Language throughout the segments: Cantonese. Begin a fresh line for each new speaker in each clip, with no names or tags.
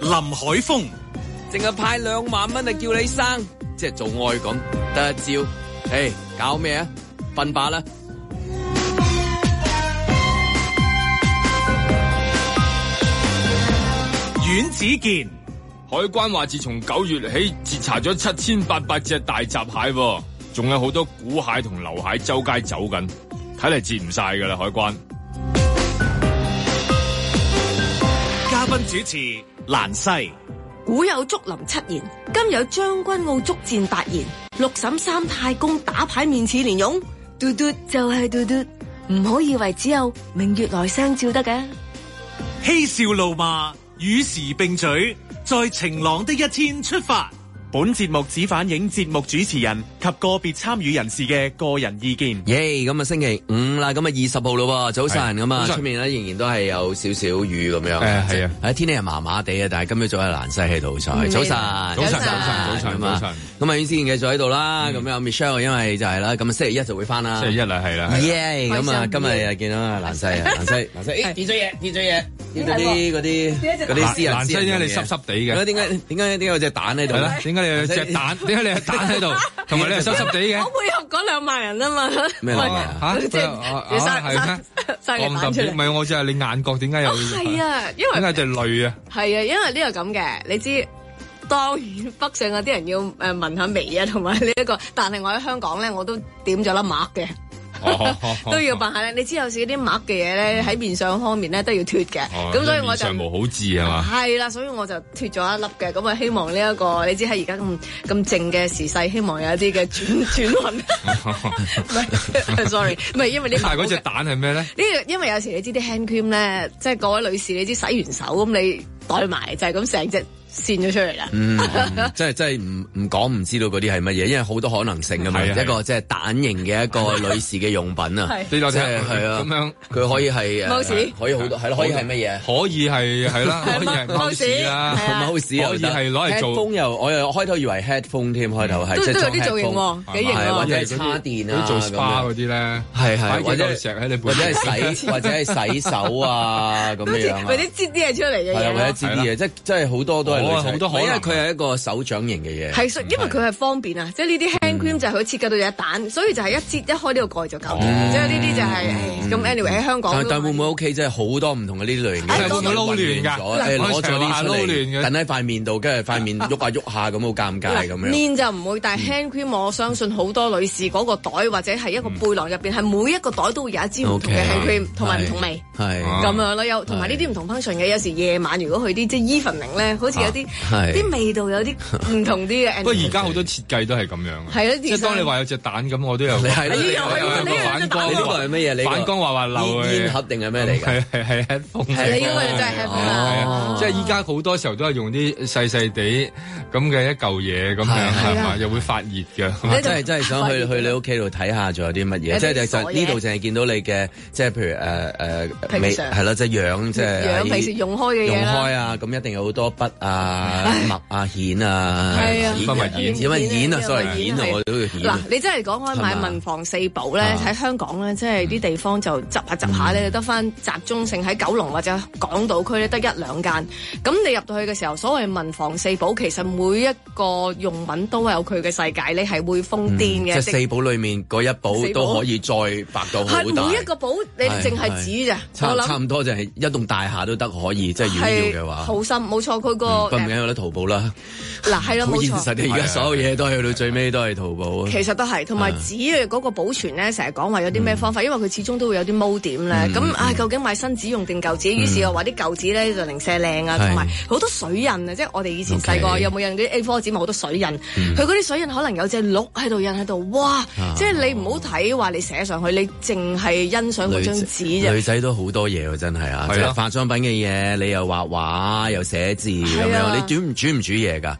海風，
淨係派兩萬蚊就叫你生，即係做愛咁得一招。誒、hey，搞咩啊？瞓吧啦！
阮子健，
海關話自從九月起截查咗七千八百隻大閘蟹喎，仲有好多古蟹同流蟹周街走緊，睇嚟截唔晒㗎啦，海關。
嘉賓主持蘭西，
古有竹林七賢，今有將軍澳竹戰八賢，六嬸三太公打牌面似蓮蓉，嘟嘟就係嘟嘟，唔好以為只有明月來相照得嘅。
嬉笑怒罵，與時並舉，在晴朗的一天出發。
本節目只反映節目主持人及個別參與人士嘅個人意見。
耶！咁啊，星期五啦，咁啊二十號咯，早晨咁啊，出面咧仍然都係有少少雨咁樣。
誒係啊，
喺天氣係麻麻地啊，但係今朝早係蘭西喺
嗯
度，所以早晨，
早晨，早晨，早晨，早晨。
咁啊，袁思健繼續喺度
嗯
啦，咁有 Michelle 因為就係啦，咁啊星期一就會翻啦。
星期一啦，係啦。
耶！咁啊，今日又見到蘭西，啊蘭西，蘭西，誒跌咗嘢，跌咗嘢，跌到啲嗰啲嗰啲私人。
蘭西點解你濕濕地嘅？
啊點解點解點解有隻蛋喺度？
點解你有隻 蛋？點解你有蛋喺度？同埋你係濕濕地嘅。
我配合嗰兩萬人啊嘛。
咩嚟㗎？
嚇！
即
啊
係生生嘅蛋出嚟。
唔係我就係你眼角點解有？
係啊，因為
點解隻淚啊？
係啊，因為呢個咁嘅，你知。當然北上嗰啲人要誒聞下味啊，同埋呢一個，但係我喺香港咧，我都點咗粒癦嘅。
啊
都
哦
要扮下咧，你知有時啲癦嘅嘢咧喺面相方面咧都要脱嘅，
哦
咁所以我就
面上無好字 係嘛？
係啦，所以我就脱咗一粒嘅，咁啊希望呢一個你知喺而家咁咁靜嘅時勢，希望有一啲嘅轉轉運。sorry，唔係因為呢，
但係嗰隻蛋係咩咧？
呢因為有時你知啲 hand cream 咧，即係各位女士你知洗完手咁你袋埋就係咁成隻。跣咗出嚟啦！
嗯，即係即係唔唔講唔知道嗰啲係乜嘢，因為好多可能性㗎嘛。
啊
一個即係蛋形嘅一個女士嘅用品啊，
你就
即係係啊，
咁樣
佢可以係呃
貓屎
可以好多係咯，可以係乜嘢？
可以係 係啦，可以係貓屎啦，
係啊
貓屎又
可以
得
係攞嚟做嗯
headphone 又我又開頭以為 headphone 添，開頭係
都
即係
都有
裝
啲造型
headphone
喎，幾型
係或
喎
者！係叉電啊
做
咁
SPA
樣
啊嗰啲咧，
係係
擺
或
幾
者
嚿石喺你
或
背
者
脊
係 洗或者係洗手啊 咁樣啊。
嗰啲擠啲嘢出嚟嘅
係啊，
嘢
或者
咯，
知啲嘢，即係即係好多都係
好
女
啊
仔，
好多可能
因為佢係一個手掌型嘅嗯嘢。
係屬因為佢係方便啊，即係呢啲 hand cream 就係佢設計到有一蛋，所以就係一擠一開呢個蓋就夠，即係呢啲就係唉咁 anyway 喺香港
嗯但
都
但會唔會屋企真係好多唔同嘅呢類型嘅？
哎會唔會
撈亂㗎啊
咗誒攞咗呢出
撈亂
嚟，
嘅
等喺塊面度，跟住塊面喐下喐下咁，好尷尬咁樣。嗯
面就唔會，但係 hand cream 我相信好多女士嗰個袋或者係一個背囊入邊，係每一個袋都會有一支唔同嘅
嗯 OK，
hand cream 同埋唔同味。
係
啊
咁樣咯，有同埋呢啲唔同 function 嘅，有時夜晚如果去啲即係 evening 咧，好似有啲
啊係
啲味道有啲唔 同啲嘅。
不過而家好多設計都係咁樣嘅，
係咯
即係當你話有隻蛋咁，我都有
你係
哎呀
咯
我以為
你
你
有
有
反
隻
光，
蛋
你呢個係乜嘢？你呢個
反光滑滑溜
煙
嘅嗯
煙盒定係咩嚟㗎？
係啊係係 headphone，
係
你嗰個就真係 headphone
係
啦
啊，即係依家好多時候都係用啲細細地咁嘅一嚿嘢咁樣係
係
嘛，
啊
又會發熱嘅。
你
真係真係想去
發
去你屋企度睇下，仲有啲乜嘢？
有啲
即係就
傻嘢
呢度淨係見到你嘅，即係譬如誒誒
平
未
常
係啦，即係樣即係
樣
喺
平時用開嘅嘢啦
用開啊，咁一定有好多筆啊、墨啊、顯啊，
係啊
顯
筆墨顯
顯乜顯啊
顯啊
？sorry，
顯
顯
啊
啊，
係
我都要顯
嗱
啊。，
你真係講開買
係嘛
文房四寶咧，
啊
喺香港咧，即係啲地方就執下執下咧，得翻集中性喺九龍或者港島區咧，得一兩間。咁你入到去嘅時候，所謂文房四寶，其實每一個用品都有佢嘅世界，你係會瘋癲
嗯即
嘅。
係四寶裏面嗰一寶
四寶
都可以再白到好
係
大
每一，個寶，你
係
淨係指咋？
差
我
差
諗
唔多就係一棟大廈都得可以，即係如果要嘅
係
話。嗯
好心，冇錯，佢個
不過唔緊
誒
要有得淘寶啦，
嗱係啦，
好
冇
現
錯
實。嘅。而家所有嘢都係去到最尾都係淘寶啊。
其實都係，同埋
啊
紙嘅嗰個保存咧，成日講話有啲咩
嗯
方法，因為佢始終都會有啲毛點咧。咁啊，究竟買新紙用定舊紙？於是又話啲舊紙咧就零舍靚啊，
嗯係
同埋好多水印啊，即係我哋以前細個
OK 嗯
有冇印嗰啲 A4 紙咪好多水印？佢嗰啲水印可能有隻鹿喺度印喺度，哇！
啊
即係你唔好睇話你寫上去，你淨係欣賞嗰張紙啫
女。仔都好多嘢喎，真係啊！
係啊
即係化妝品嘅嘢，你又畫畫又寫字咁
係啊
樣，你煮唔煮唔煮嘢㗎？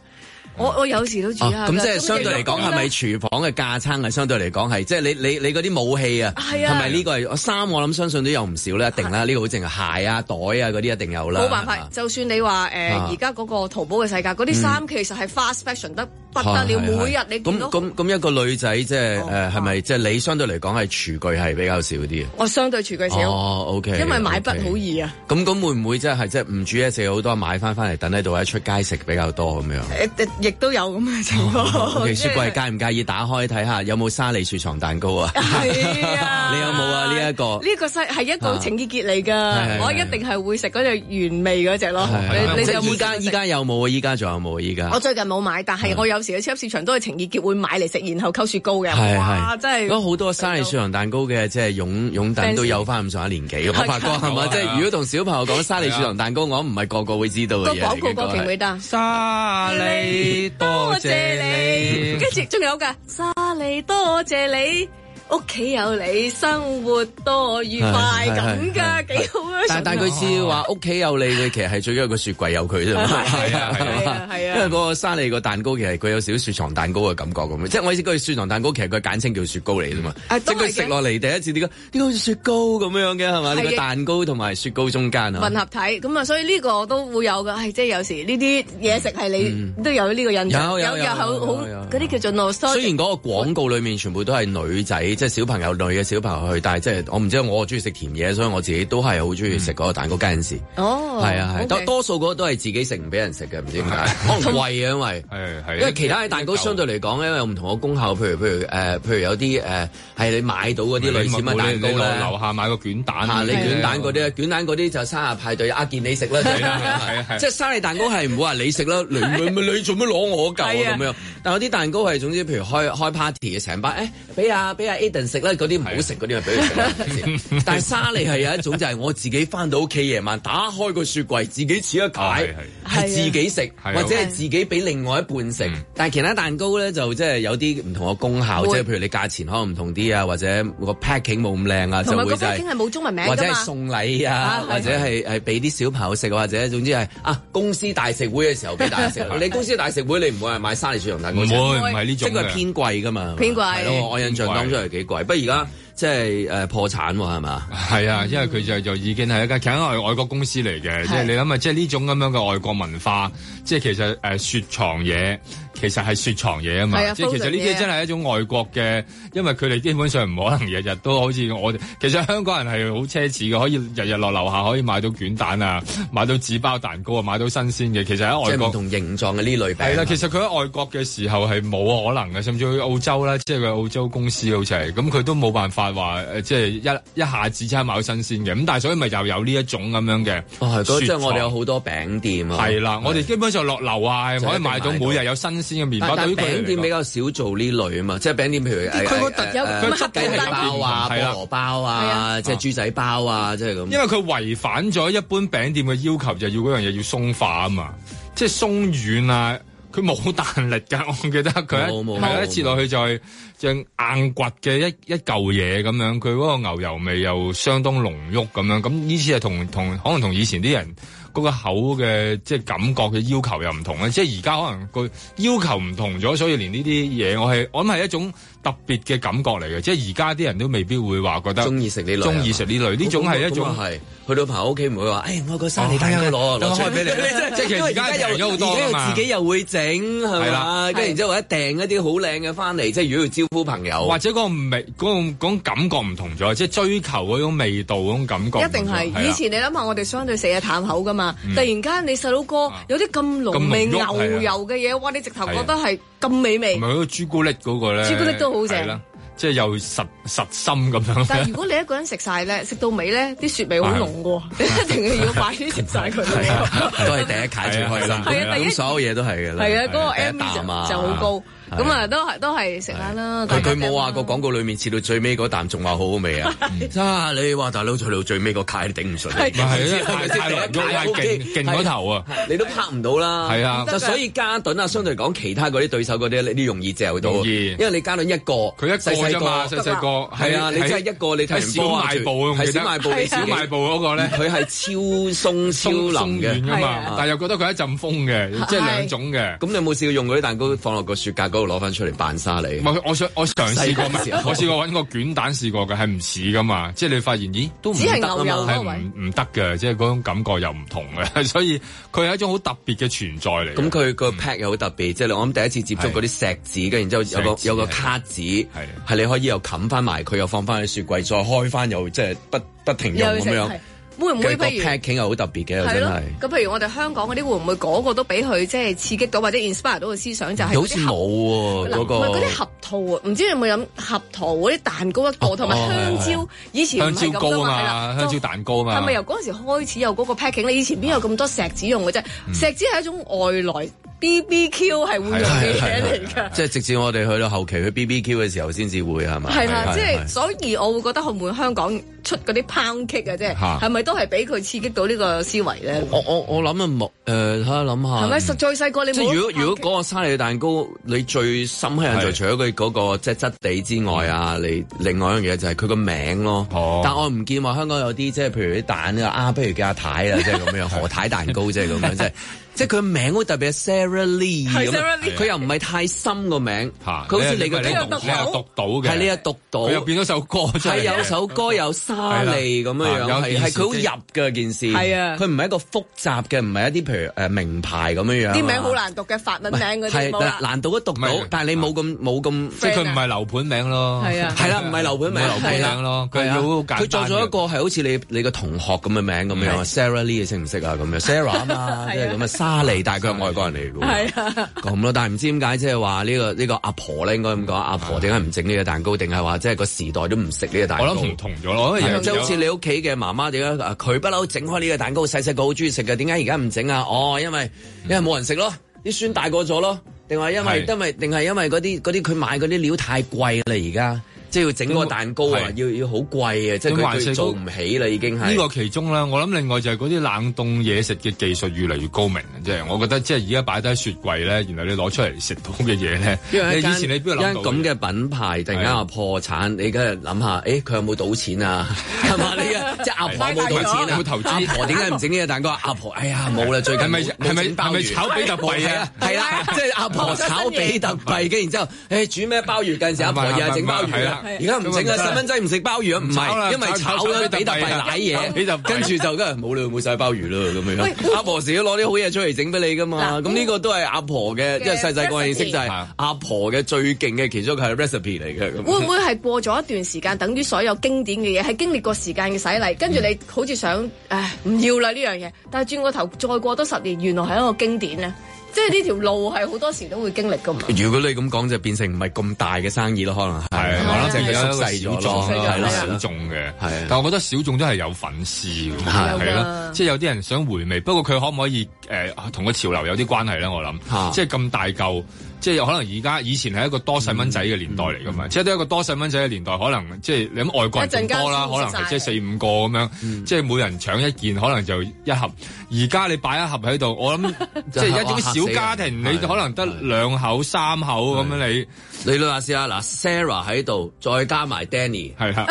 我我有時都煮下
哦
㗎。
咁即係相對嚟講，係咪
亦
廚房嘅架撐係相對嚟講係，即係你你你嗰啲武器啊，
係啊
咪呢個係衫？我諗相信都有唔少啦，一定啦，呢個好正係鞋啊、袋啊嗰啲一定有啦。
冇辦法
係嘛，
就算你話誒
啊嗯
而家嗰個淘寶嘅世界，嗰啲衫其實係 fast fashion 得不得
係
了，
哦係
每日
係
你見到
咁咁咁一個女仔即係
哦
誒係咪即係你相對嚟講係廚具係比較少啲啊？
我相對廚具少，
哦，OK，
因為買
OK
筆好易啊。
咁咁會唔會即係即係唔煮嘢食好多，買翻翻嚟等喺度，或者出街食比較多咁樣？
誒誒亦都有咁啊嘅情況。
哦 OK，
哦即
雪
係
櫃介唔介意打開睇下有冇沙梨雪藏蛋糕啊？
係啊！
你有冇啊呢一個啊
呢個西係一個情意結嚟㗎，
係
我一定係會食嗰隻原味嗰只咯。哦你你
即
就
係
冇
依家
食
依家有冇啊？依家仲有冇啊？依家
我最近冇買，但係我有時去超級市場都係情意結會買嚟食，然後溝雪糕嘅。
係
哇！
係，
真係
如果好多生日雪藏蛋糕嘅，即係擁擁趸
Fans
都有翻咁上下年紀嘅，
係
發哥係嘛？
係
即係如果同小朋友講沙梨雪藏蛋糕，我唔係個個會知道
個
嘅嘢
廣
嚟
告
嘅。
歌記唔記得啊？
沙
梨
多
多謝你，跟住仲有㗎，沙利多謝你，屋企有你，生活多愉快咁
係係係
㗎，
係
幾好啊！
但但佢似話屋企有你嘅，其實係最緊要個雪櫃有佢啫嘛。
係
啊
係啊係
因
啊
為嗰。個沙梨個蛋糕其實佢有少少雪藏蛋糕嘅感覺咁，即係我意思，佢雪藏蛋糕其實佢簡稱叫雪糕嚟啫嘛。
啊
即
都
係
係嘅
佢食落嚟第一次點解點解好似雪糕咁樣嘅係嘛？
係嘅
呢個蛋糕同埋雪糕中間啊
混。合體咁啊，所以呢個都會有噶，係即係有時呢啲嘢食係你都有呢個印象，
有有有
有好
有
好
有有
嗰啲叫做 n o s t a
雖
l g
然嗰個廣告裡面全部都係女仔，即係小朋友女嘅小朋友去，但係即係我唔知，我中意食甜嘢，所以我自己都係好中意食嗰個蛋糕。嗰陣時
哦，
係啊係，多
OK
多數嗰個都係自己食唔俾人食嘅，唔知點解， 可能貴啊，因為。
係係，
因為其他嘅蛋糕相對嚟講咧，有唔同嘅功效，譬如譬如誒、呃譬如有啲誒係你買到嗰啲類似乜蛋糕
你落
咧，
樓下買個卷蛋
嚇
啊，
你卷蛋嗰啲，卷蛋嗰啲就生日派對啊，見你 食啦，就係
係啊係啊係啊
即係生日蛋糕係唔會話你食 啦，你咪咪你做乜攞我嚿
係啊
啊咁樣。但有啲蛋糕係總之譬如開開 party 嘅成班，誒俾阿俾阿 Aden 食啦，嗰啲唔好食嗰啲咪俾佢食 啦係咪先。但係沙梨係有一種就係我自己翻到屋企夜晚打開個雪櫃，自己切一
啊
解
係係。
係啊
係自己食，
係啊
或者係自己俾另外一半食
嗯。
但係其他蛋糕咧就即係有啲唔同嘅功效，
會
即係譬如你價錢可能唔同啲啊，或者個 packing 冇咁靚啊，
同
就
埋
會
個
就
packing 係
係
冇中文名
或者
㗎
係
嘛，
送禮啊
啊，係
或者係係俾啲小朋友食，或者總之係啊公司大食會嘅時候俾大家食。 你公司大食會你唔會係買沙梨雪蓉蛋
唔
糕食
會唔係呢
即
種
係佢係
嘅，
偏貴噶嘛，
偏貴
係咯，我印象當中係幾貴，不過而家即係誒破產喎，係嘛？
係啊，因為佢就就已經係一間其實係外國公司嚟嘅，即係你諗下，即係呢種咁樣嘅外國文化，即係其實誒雪藏嘢。其實係雪藏嘢啊嘛
係啊，
即係其實呢
frozen 嘢
啲真係一種外國嘅，因為佢哋基本上唔可能日日都好似我哋， 其實香港人係好奢侈嘅，可以日日落樓下可以買到卷蛋啊，買到紙包蛋糕啊，買到新鮮嘅。其實喺
即
外
係
國
唔同形狀嘅呢類
係啦，
餅。啊
其實佢喺外國嘅時候係冇可能嘅，甚至去澳洲啦，即係佢澳洲公司好似係，咁佢都冇辦法話誒，即係一一下子即刻買到新鮮嘅，咁但係所以咪又有呢一種咁樣嘅
哦，係嗰
雪
即係我哋有
藏
好多餅店啊。
係啦，我哋基本上落樓啊，係
就一定
可以買到
買到
每日有新鮮嘅麵
但
包，對
但
於佢哋嚟
餅店
講
比較少做呢類啊嘛，即係餅店譬如
佢個特
誒
有
誒誒
佢個質地
哎雞
係
包啊、
係
菠
啦
蘿包
係
啊、
啊
即係豬仔包啊，即係咁。
因為佢違反咗一般餅店嘅要求，就係要嗰樣嘢要鬆化啊嘛，即係鬆軟啊，佢冇彈力㗎。我記得佢
冇
一
冇
係
冇
一切落去就係就硬掘嘅一一嚿嘢咁樣，佢嗰個牛油味又相當濃郁咁樣，咁呢次係同同可能同以前啲人。嗰個口嘅即係感覺嘅要求又唔同啊啦，即係而家可能個要求唔同咗，所以連呢啲嘢我係我諗係一種特別嘅感覺嚟嘅，即係而家啲人都未必會話覺得
中意食呢類啊
中意食呢類呢種係一種
咁啊係去到朋友屋企唔會話，誒我有個沙梨蛋糕攞哦啊
哦係啊
攞出嚟俾你
係啊，即係其實
因為
而家
又
平咗好多
而家
啊嘛
又自己又會整係
係
嘛，
啦
跟住然之後或者訂一啲好靚嘅翻嚟，即係如果要招呼朋友
或。者嗰個味嗰種、嗰種感覺唔同咗，即係追求嗰種味道嗰種感覺唔
一
同咗。
定
係啦
啊
係。以前你諗下，我哋相對食嘢淡口㗎嘛，
嗯
突然間你細佬哥
啊
有啲咁濃
咁
味
濃郁
牛
係啊
油嘅嘢，哇！你直頭
係啊
覺得係咁美味
同。
啊
埋嗰個朱古力嗰個咧，
朱古力都好正
係啦，即係又實實心咁樣。
但係如果你一個人食晒咧，食到尾咧，啲雪味好濃嘅喎， 你一定係要快啲食晒 佢
啊係
咯。
啊都係第一解最開心，
係啊第一
咁所有嘢都係嘅啦。
係啊，嗰個
第
M
一
V 就
啖啊
就好高，
係
咁啊都係都係食下啦。
佢
大家
佢冇話個
聽下
廣告裏面切到最尾嗰啖仲話好好味 啊！啊，你話大佬去到最尾個卡你頂唔順，
咪係
係咪
啦，
先
太濃
第一
咗，太
屆
勁
OK，
勁嗰頭啊！
你都拍唔到啦。
係啊
就所以加頓啊，相對嚟講，其他嗰啲對手嗰啲你都容易嚼到，
容易
因為你加頓一個，
佢一個
細細
個啫嘛，細細個
係啊，你真係一個你睇
睇
完波啊
小賣部啊，我
係
記得
小賣部，你
係
自
小
己
賣部嗰個咧。
佢係超鬆超
鬆鬆
腍
軟
嘅。
噶
係
嘛
啊，
但又覺得佢一陣風嘅，即係兩種嘅。
咁你有冇試過用嗰啲蛋糕放落個雪格嗰度攞翻出嚟扮沙梨
唔？係，我想我嘗試過，
細個時候
我試過揾個卷蛋試過嘅，係唔似噶嘛，即係你發現，咦，都唔
只係
得啊
牛油
係
嗰個位。
唔唔得嘅，即係嗰種感覺又唔同嘅， 所以佢係一種好特別嘅存在嚟嘅。
咁佢個 pack 又好特別，即係我諗第一次接觸嗰啲石子，跟然之後有
石
個
子
有個卡紙，
係
係你可以又冚翻埋佢，又放翻喺雪櫃，再開翻又即係不不停用咁樣。
會唔會
佢個
譬如？
packing 又好特別嘅，又
係
真
咯
係。，
咁譬如我哋香港嗰啲會唔會嗰個都俾佢即係刺激到或者 inspire 到個思想，就係
好
嗰
似
啲盒
冇喎
嗱
嗰
唔
個。
係嗰啲合桃啊，唔知你有冇飲合桃啊嗰啲蛋糕一個，同埋香蕉，以前唔
香
係
蕉
咁噶
糕
嘛，係
啊
啦，
嘛，香蕉蛋糕啊嘛，
係咪由嗰陣時開始有嗰個 packing 你以前邊有咁多石子用嘅啫？石子係一種外來 BBQ 係會用嘅嘢嚟㗎。
即係直至我哋去到後期去 BBQ 嘅時候先至會係嘛？
係啦，
係
即係
係
所以，我會覺得會唔會香港出嗰啲 pound cake 嘅啫，
嚇
係咪都係俾佢刺激到呢個思維咧？
我我我諗啊冇誒，睇下
係咪
諗下。
實最細個你
哦即係
冇
如果
pound
如果
cake
嗰個沙梨蛋糕，你最深刻印象
係
除咗佢嗰個即係質地之外啊，你另外一樣嘢就係佢個名咯。
哦
但我唔見話香港有啲即係譬如啲蛋啊，啊不如叫阿太 啊，即係咁樣何太蛋糕即係咁樣，即係即係佢名好特別，Sarah Lee
係
咁樣
Sarah Lee
佢又唔係太深個名，
嚇
佢好似你個
你
又
係讀
讀
你係讀到嘅，
係你又讀到
佢。又變咗首歌出嚟
係
嘅，
有首歌有沙利咁樣樣，
嗯係啦啊
係
有
係
件事
佢好入嘅件事。
係啊
佢唔係一個複雜嘅，唔係一啲譬如誒名牌咁樣樣啊。
啲名好難讀嘅法文名嗰啲
係
冇啦
難，難度都讀
唔
到
係，啊
但係你冇咁冇咁。
即係佢唔係樓盤名咯，
係啊
係啦，唔係樓盤名，
唔係樓盤
係啦
名咯
係啊
佢好簡單嘅
佢做咗一個係好似你你個同學咁嘅名咁樣啊
係
，Sarah Lee 你識唔識啊？ 咁樣 Sarah 啊嘛，即係咁啊，沙莉，但係佢係外國人嚟嘅喎。
係啊，
咁咯，但係唔知點解即係話呢個呢個阿婆咧，應該咁講，阿婆點解唔整呢個蛋糕？定係話即係個時代都唔食呢個蛋
我
糕？
諗唔同咗咯，因為有
即係好似
有
你屋企嘅媽媽點解啊佢不嬲整開呢個蛋糕，細細個好中意食嘅，點解而家唔整啊？哦，因為因為冇人食咯，啲孫大個咗咯，定係因為
係
因為定係因為嗰啲嗰啲佢買嗰啲料太貴啦而家。即係要整個蛋糕啊，
係
要要好貴啊！即係
咁
佢
還是
佢做唔起啦，已經係
呢個其中啦，我諗另外就係嗰啲冷凍嘢食嘅技術越嚟越高明，即係我覺得即係而家擺低喺雪櫃咧，然後你攞出嚟食到嘅嘢咧，
因為
你
一
以
間
前你邊度
一間
諗到
咁嘅品牌突然間
係
話破產，你梗係諗下，誒佢有冇賭錢啊？ 係嘛？你嘅即係阿婆有冇賭
有
錢啊
冇？投資
阿婆點解唔整呢個蛋糕啊？阿婆，哎呀冇啦，最近
係咪
冇
係咪
冇整鮑魚
係咪炒比特幣啊？
係啦，即係阿婆炒比特幣，跟然之後，誒煮咩鮑魚嗰陣時，阿婆又係整鮑魚啦。而家唔整啊啦，細蚊仔唔食鮑魚啊，唔係，因為炒咗比特幣啊奶 嘢，跟住就跟冇啦，冇晒鮑魚啦咁樣。阿婆時都攞啲好嘢出嚟整俾你噶嘛。咁呢個都係阿婆嘅，即係細細個認識就係阿婆嘅最勁嘅其中一個係 recipe 嚟 嘅。
會唔
咁
會係過咗一段時間，等於所有經典嘅嘢係經歷過時間嘅洗禮，跟住你好似想唉唔要啦呢樣嘢，但係轉個頭再過多十年，原來係一個經典咧，即係呢條路係好多時都會經歷噶嘛。
如果你咁講就變成唔係咁大嘅生意咯，可能係
係，
啊
我諗
即係
就有
縮
一
細
個小
咗
眾
咯，
細咗
係啊
係
啦
啦，
係
小眾嘅。
係啊
但係我覺得小眾都係有粉絲嘅，
係
係
有
啦
㗎，
即係有啲人想回味。不過佢可唔可以誒同個潮流有啲關係咧？我
嚇
諗，即係咁大嚿，即係可能而家以前係一個多細蚊仔嘅年代嚟噶
嗯
嘛，即係都一個多細蚊仔嘅年代，可能即係你諗外國人仲多啦，
一陣間
可能係即
消失
係四五個咁
嗯
樣，即係每人搶一件，可能就一盒。而家你擺一盒喺度， 我諗即係一啲小家庭，
嚇死人
你可能得
係
兩口三口咁樣你。
你老話試下啊嗱，Sarah 喺度，再加埋 Danny，
係啦，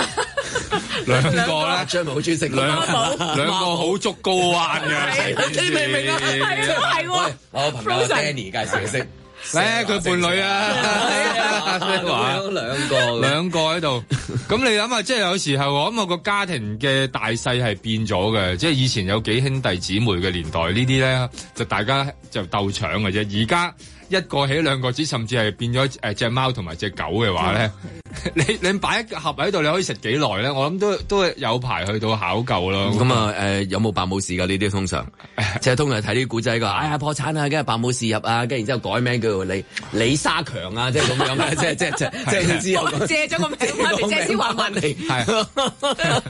兩個
阿
咧，
張咪好中意食
兩兩個好足高彎 嘅，
你明唔明啊？係啊，係
喂
喎，，
我朋友 Danny 介紹識，
咧佢伴侶 啊，
咁樣兩個，
兩個喺度，咁你諗下，即係有時候我諗我個家庭嘅大細係變咗嘅，即係以前有幾兄弟姊妹嘅年代，呢啲咧就大家就鬥搶嘅啫，而家。一個起兩個子，甚至係變咗誒只貓同埋隻狗嘅話咧，
嗯
你你擺一盒喺度，你可以食幾耐咧？我諗都都有排去到考究咯。
咁啊，誒有冇辦冇事㗎？呢啲通 常，即係通常睇啲古仔個，哎呀破產啊，跟住辦冇事入啊，跟住然之後改名叫做李李沙強啊，即係咁 樣啊，即係即係即係即係佢之後咁。
借咗個名翻嚟，借先 還還。
嚟，
啊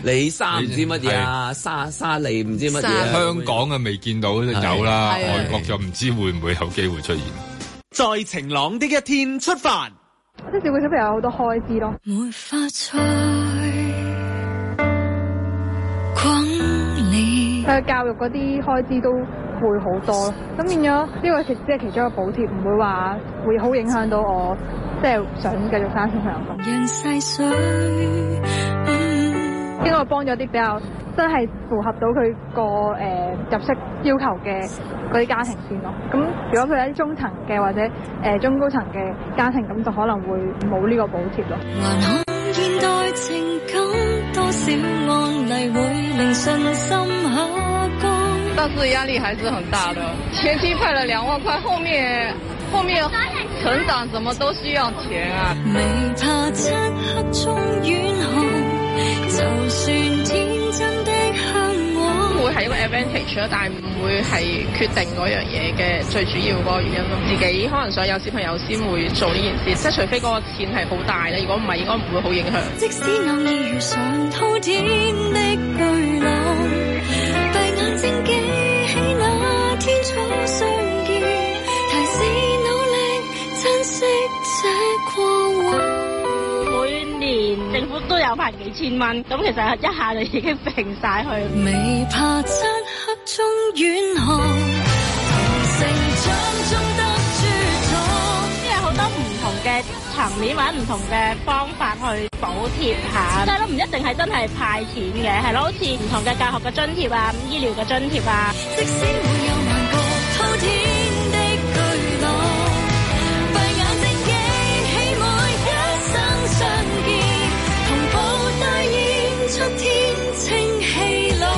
李沙唔知乜嘢啊，沙沙利唔知乜嘢啊，
香港啊未見到有啦，
係
外國就唔知會唔會有機會 出現。
在晴朗的一天出發。
即係照顧小朋友有好多開支咯。
沒法再逛你，
佢教育嗰啲開支都倍好多咯。咁變咗呢個其即係其中一個補貼，唔會話會好影響到我，即係想繼續生小朋友咁。
人世水，嗯
應該幫咗啲比較真係符合到佢個誒入息要求嘅嗰啲家庭先咯。咁如果佢係一啲中層嘅或者誒、呃中高層嘅家庭，咁就可能會冇呢個補貼咯。
還好現代情感多少案例會令信心下降。
但是压力还是很大的。前期派了两万块，后面后面成长什么都需要钱啊。
未怕漆黑中遠航，就算天真的向往，
會係一個 advantage 啊咯，但係唔會係決定嗰樣嘢嘅最主要嗰個原因咯。自己可能想有小朋友先會做呢件事，即係除非嗰個錢係好大咧，如果唔係應該唔會好影響。
即使偶爾遇上滔天的巨浪，閉眼睛記起那天初相見，提示努力珍惜這過往。
每年政府都有派幾千蚊，咁其實一下就已經平晒去。
未怕漆黑中遠航，同成長中得茁壯。
因為好多唔同嘅層面或者唔同嘅方法去補貼下，即係咯，唔一定係真係派錢嘅，係咯，好似唔同嘅教學嘅津貼啊、醫療嘅津貼啊。
即使會有萬個滔天的巨浪，閉眼睛記起每一生相見，同步大演出天清氣朗。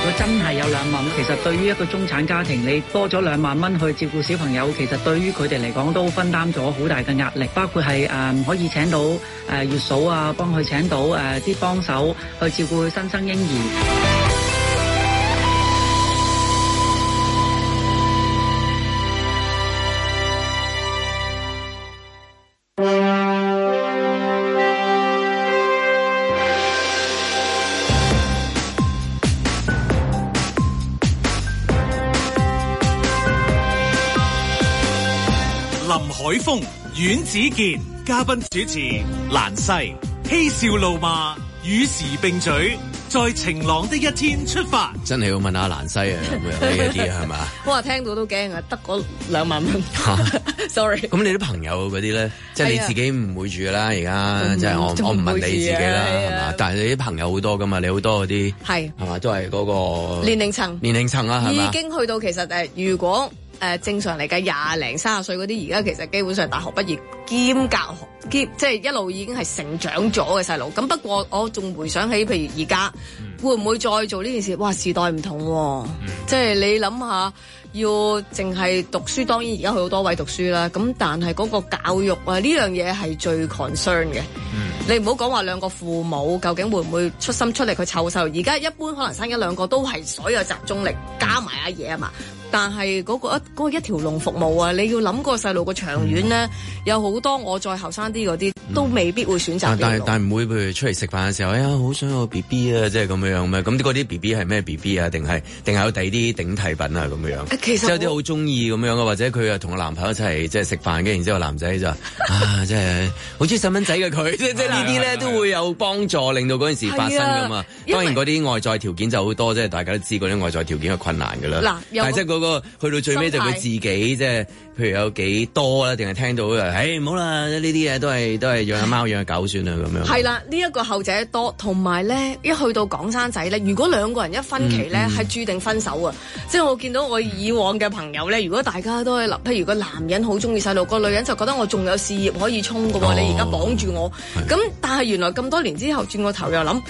如果真係有兩萬蚊，其實對於一個中產家庭，你多咗兩萬蚊去照顧小朋友，其實對於佢哋嚟講都分擔咗好大嘅壓力，包括係誒、嗯可以請到誒、呃月嫂啊，幫佢請到誒啲、幫手去照顧新生嬰兒。
林海峰、阮子健，嘉賓主持蘭西，嬉笑怒罵，與時並舉，在晴朗的一天出發。
真係要問下蘭西啊，咁樣呢一啲係嘛？
哇，聽到都驚啊！得嗰兩萬蚊 ，sorry。
咁你啲朋友嗰啲咧，即係你
係啊
自己唔會住噶啦，而家
唔
即係我
仲
我唔問你
唔會住啊
自己啦，係
係
嘛
啊？
但係你啲朋友好多噶嘛，你好多嗰啲
係
係嘛，都係嗰個
年齡層
年齡層啦，係
已
嘛？
經去到其實誒、呃如果誒、呃正常嚟計廿零三十歲嗰啲，而家其實基本上大學畢業兼教學兼即係一路已經係成長咗嘅細路。咁不過我仲回想起，譬如而家
嗯
會唔會再做呢件事？哇！時代唔同喎、即係你諗下。要淨係讀書，當然而家去好多位讀書啦。咁但係嗰個教育啊，呢樣嘢係最 concern 嘅。
嗯
你唔好講話兩個父母究竟會唔會出心出力去湊細路，而家一般可能生一兩個都係所有集中力加埋阿爺啊嘛。但係嗰、個一嗰個一條龍服務啊，你要諗個細路個長遠咧，
嗯
有好多我再後生啲嗰啲都未必會選擇
但嗯
呢條
但
路。
但唔會譬如出嚟食飯嘅時候，哎呀，好想有 B B 啊，即係咁樣樣咩？咁啲嗰啲 B B 係咩 B B 啊？定係定係有第二啲頂替品啊咁樣？
其
即
實
係有啲好中意咁樣嘅，或者佢啊同個男朋友一齊即係食飯嘅，跟住然之後男 仔就啊，即係好中意細蚊仔嘅佢，即即係呢啲咧都會有幫助，令到嗰件事發生噶
係
嘛
啊。因
當
為
然嗰啲外在條件就好多，即係大家都知嗰啲外在條件嘅困難㗎
嗱
啦。
有
但係即係嗰個去到最尾就佢自己即係，譬如有幾多啦，定係聽到誒，唉唔好啦，呢啲嘢都係都係養下貓養下狗算啦咁樣。
係啦，呢、一個後者多，同埋咧一去到港生仔咧，如果兩個人一分歧
嗯
咧，係、注定分手啊！即係我見到我以往嘅朋友咧，如果大家都係譬如個男人好中意細路，個女人就覺得我仲有事業可以衝嘅喎，
哦
你而家綁住我，咁但係原來咁多年之後轉個頭又諗，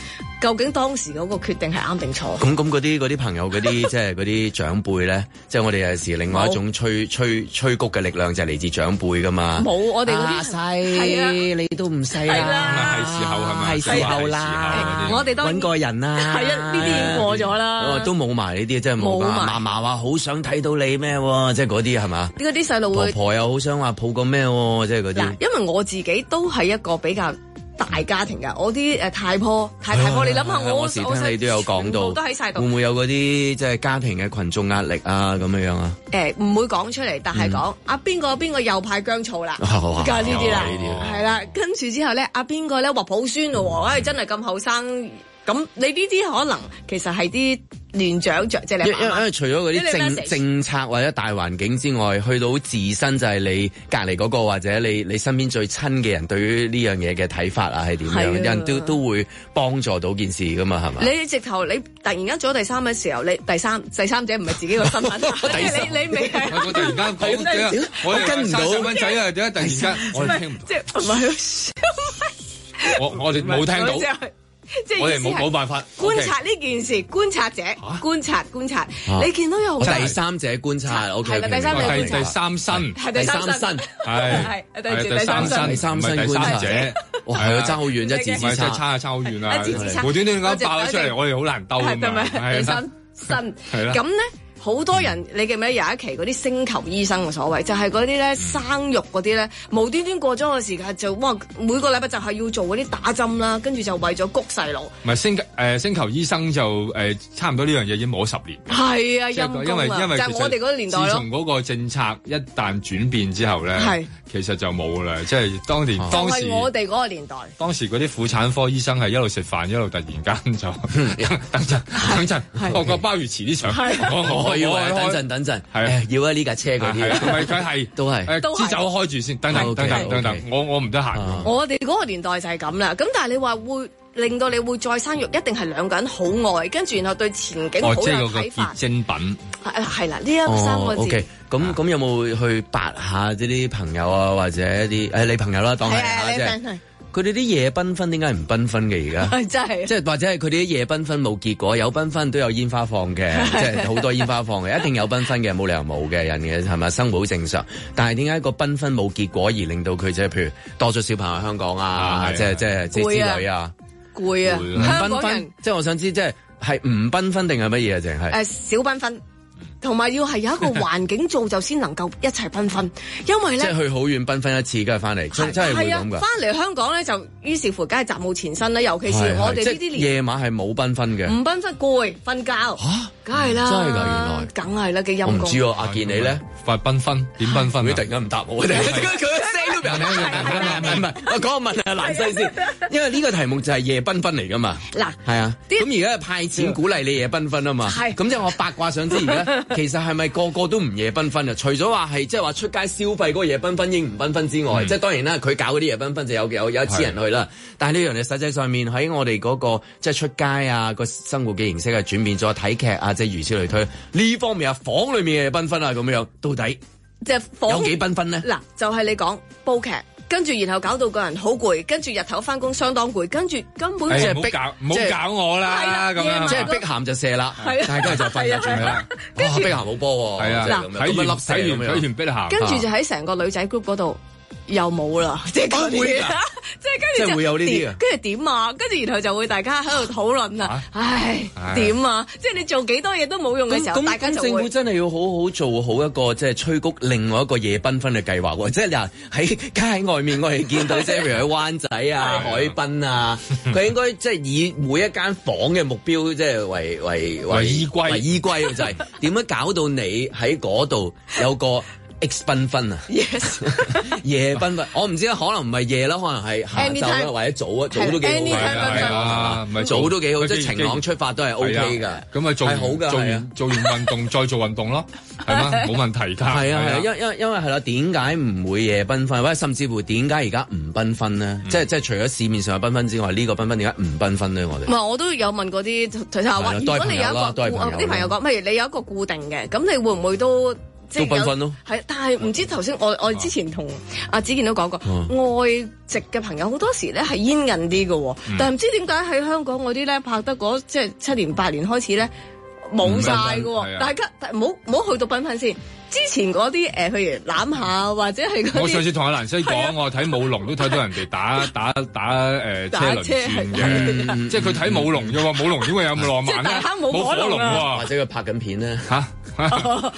究竟當時嗰個決定係啱定錯？
咁咁嗰啲嗰啲朋友 嗰啲即係嗰啲長輩咧，即係我哋有時另外一種吹吹吹谷嘅力量就係嚟自長輩噶嘛。
冇我哋嗰
阿
啲
西，
係啊
你都唔細
係
啦
啦，
係時候係咪？
係時候啦
係時候嗰啲
我哋當然
揾個人啦，
係啊，呢啲已經過咗
我
啦。
都冇埋呢啲，真係冇㗎。啊
冇埋
嫲嫲話好想睇到你咩喎，即係嗰啲係嘛？
呢啲細路
婆
會。
婆又好想話抱個咩喎，即係嗰
嗱
啲，。
因為我自己都係一個比較大家庭㗎，我啲誒太婆、太太婆，你諗下
啊
我
我時聽你都有講
全
到，
部都喺晒度
會，唔會有嗰啲即係家庭嘅群眾壓力啊咁樣樣啊？
誒唔會講出嚟，但係講啊邊個邊個又派姜醋啦，
哇
㗎呢啲啦
呢啲啊，
係啦，跟住之後咧，啊邊個咧話抱孫咯喎，唉真係咁後生，咁你呢啲可能其實係啲年長長即係你
因
阿爸
因
阿
因
媽
為除咗嗰
因為
啲政
message
政策或者大環境之外，去到自身就係你隔離嗰個或者你你身邊最親嘅人對於呢樣嘢嘅睇法啊係點
係
樣，
啊
有人都都會幫助到件事噶嘛，係嘛？
你直頭你突然間做咗第三嘅時候，你第三第三者唔係自己個身份，啊
第三
你你未 係
我突然間講
係真係
點解我哋
跟唔到
細蚊仔啊，點解突 然間我哋聽唔到？
即係唔係？
我 我哋冇聽
即
到，
係即係
我
意
哋
思
冇
係
冇辦法
啊觀察呢件事，觀察者觀察觀察，你見到有好
我
多
第三者觀察
係
，OK，
係啦第三者
哦係
觀察
第三 身，
係
第
第
三
三
身
身，
係
係對住第
三
三
身，
身
第三身
唔係第
觀察
三者，
哇，係啊，爭好遠啫，
你嘅
自
唔係
自
真係
差。
差差好遠啦
啊自自，差
無端端咁爆咗出
我
嚟，
直
我哋好難 兜
係
咁
咪
樣，啊係
第
啦
三身？
係啦
咁咧。好多人，你記唔記得有一期嗰啲星球醫生嘅所謂，就係嗰啲
嗯
咧生肉嗰啲咧，無端端過咗個時間就哇，每個禮拜就係要做嗰啲打針啦，跟住就為咗谷細路，
唔係星誒、星球醫生就誒、差唔多呢樣嘢已經冇咗十年。
係啊，
即係
陰
因為
公
因
啊，
為
就
其
係
實
我哋嗰個年代
自
咯
從。嗰個政策一旦轉變之後咧
係，
其實就冇啦。即係當年
哦
當
就
時
係我哋嗰個年代，
當時嗰啲婦產科醫生係一路食飯一路突然間就
嗯
等陣等陣，我個鮑魚遲啲上，我
我以為
我
等陣等陣，
係啊
誒要啊呢架車嗰
係啊，唔
啲，
係佢係
都係
誒
都係
支酒開住先，等等
OK，
等等等
OK
等，我我唔得閒
啊
我哋嗰個年代就係咁啦。咁但係你話會令到你會再生育，一定係兩個人好愛，跟住然後對前景好
哦
有，
即係嗰個
睇
結
法。
晶品。
係係啦，呢一三個
哦
字。
，OK，咁咁有冇去八下即啲朋友啊，或者啲誒你朋友啦，當係
係啊，
啊
你
即係
真係
佢哋啲夜繽紛點解唔繽紛嘅而家？
係真係
即係或者係佢哋啲夜繽紛冇結果，有繽紛都有煙花放嘅， 即係好多煙花放嘅，一定有繽紛嘅，冇理由冇嘅人嘅係咪？生活好正常，但係點解個繽紛冇結果而令到佢即係譬如多咗小朋友喺香港啊，
啊
即係即係即係之
攰啊
類啊，
攰
攰
啊！
啊
香
繽
港
紛
人
即係我想知即係係唔繽紛定係乜嘢啊？淨係。
誒少繽紛，同埋要係有一個環境造就先能夠一齊繽紛，因為
即
咧
係。去好遠繽紛一次，跟住翻嚟，真真係會
係啊
咁，噶
翻。嚟香港咧就於是乎，梗係雜務前身啦。尤其是
係係
啊我哋呢
即係
啲年嗯
夜晚係冇繽紛嘅。
唔繽紛攰，瞓覺，梗係啦，
真係㗎原來
梗係啦，幾
我
陰
唔
公。
知喎，阿健你咧，
發繽紛點繽紛
佢
啊
突？然間唔答我，突然間佢嘅聲都俾人聽。 唔係唔係，我講個問下蘭西先，因為呢個題目就係夜繽紛嚟噶嘛。
嗱，
係啊，
啲
咁而家係派錢鼓勵你夜繽紛啊嘛，
係
咁即係我八卦想知而 家其實係咪個個都唔夜繽紛啊？除咗話係即係話出街消費嗰個夜繽紛應唔繽紛之外，即係當然啦，佢搞嗰啲夜繽紛就有有有一支人去啦。但係呢樣嘢實際上面喺我哋嗰、個即係出街啊個生活嘅形式啊轉變咗，睇劇啊即係如此類推呢方面啊房裡面嘅夜繽紛啊咁樣，到底
即係火
有幾繽紛呢？
嗱，就係、你講煲劇，跟住然後搞到個人好攰，跟住日頭翻工相當攰，跟住根本
誒
就
係
唔好
逼
搞唔
即係
好搞我
係
啦
啦
咁
夜
樣
晚。
即係碧咸就射啦，
係啊
但係跟住就瞓啦，轉
係
去啦
啦。
哇！碧咸冇波喎，
係啊，
真係咁樣
睇
咁樣
完
粒射
睇
咁
完
樣
睇完碧咸，
跟
啊
住就喺成個女仔 group 嗰度又冇啦，即係嗰啲，
會
即
啊㗎
係
即
跟
係
住就
會有呢啲㗎
點跟住點啊？跟住然後就會大家喺度討論
啊
啦，唉
唉
點啊？即係你做幾多嘢都冇用嘅時候，大家就
政府
會。
真係要好好做好一個即係催谷另外一個夜繽紛嘅計劃喎，即係嗱喺街外面我哋見到即係譬如喺灣仔 啊、海濱啊，佢應該即係以每一間房嘅目標即係為為
為依歸
為依歸就 係點樣搞到你喺嗰度有個 X 繽紛啊！
Yes，
夜繽紛，我唔知啊，可能唔係夜啦，可能係下晝啦，
Anytime
或者早啊，早都幾
係
好
係
啊
啊係啊，咪
早都幾好，即係晴朗
出。
出發都係 O
係啊
K 噶，
咁啊做
係好
完
㗎係
做
啊
完做完 運動再做運動咯，係嘛，冇問題㗎。
係啊係啊，因因因為係啦，點解唔會夜繽紛，或者甚至乎點解而家唔繽紛呢？
嗯
即係即係除咗市面上嘅繽紛之外，呢個繽紛點解唔繽紛呢？我
唔
哋
係我都有問過啲佢就係
係啦
話，
啊
如
都係
果你有
朋
一
友啦
個
都係
固
朋
哦
友啦
啲朋友講，譬如你有一個固定嘅，咁你會唔會都即
都繽
係有
紛咯？
係，但係唔知頭先我我之前同阿子健都講過，
嗯
外籍嘅朋友好多時咧係煙韌啲嘅喎，但係唔知點解喺香港嗰啲咧拍得嗰即係七年八年開始咧冇晒嘅
唔係
喎，
啊
大家但係唔好唔好去到繽紛先，之前嗰啲誒譬如攬下或者係嗰
我上
啲
次同阿蘭西講，我睇舞龍都睇到 人哋打打打誒車
打
輪
車
轉嘅，即係佢睇舞龍啫喎，舞龍點會有咁 浪
即係
漫
大
咧
坑？冇
冇
火
火
龍
龍
啊
喎
或，者佢拍緊片呢？
嚇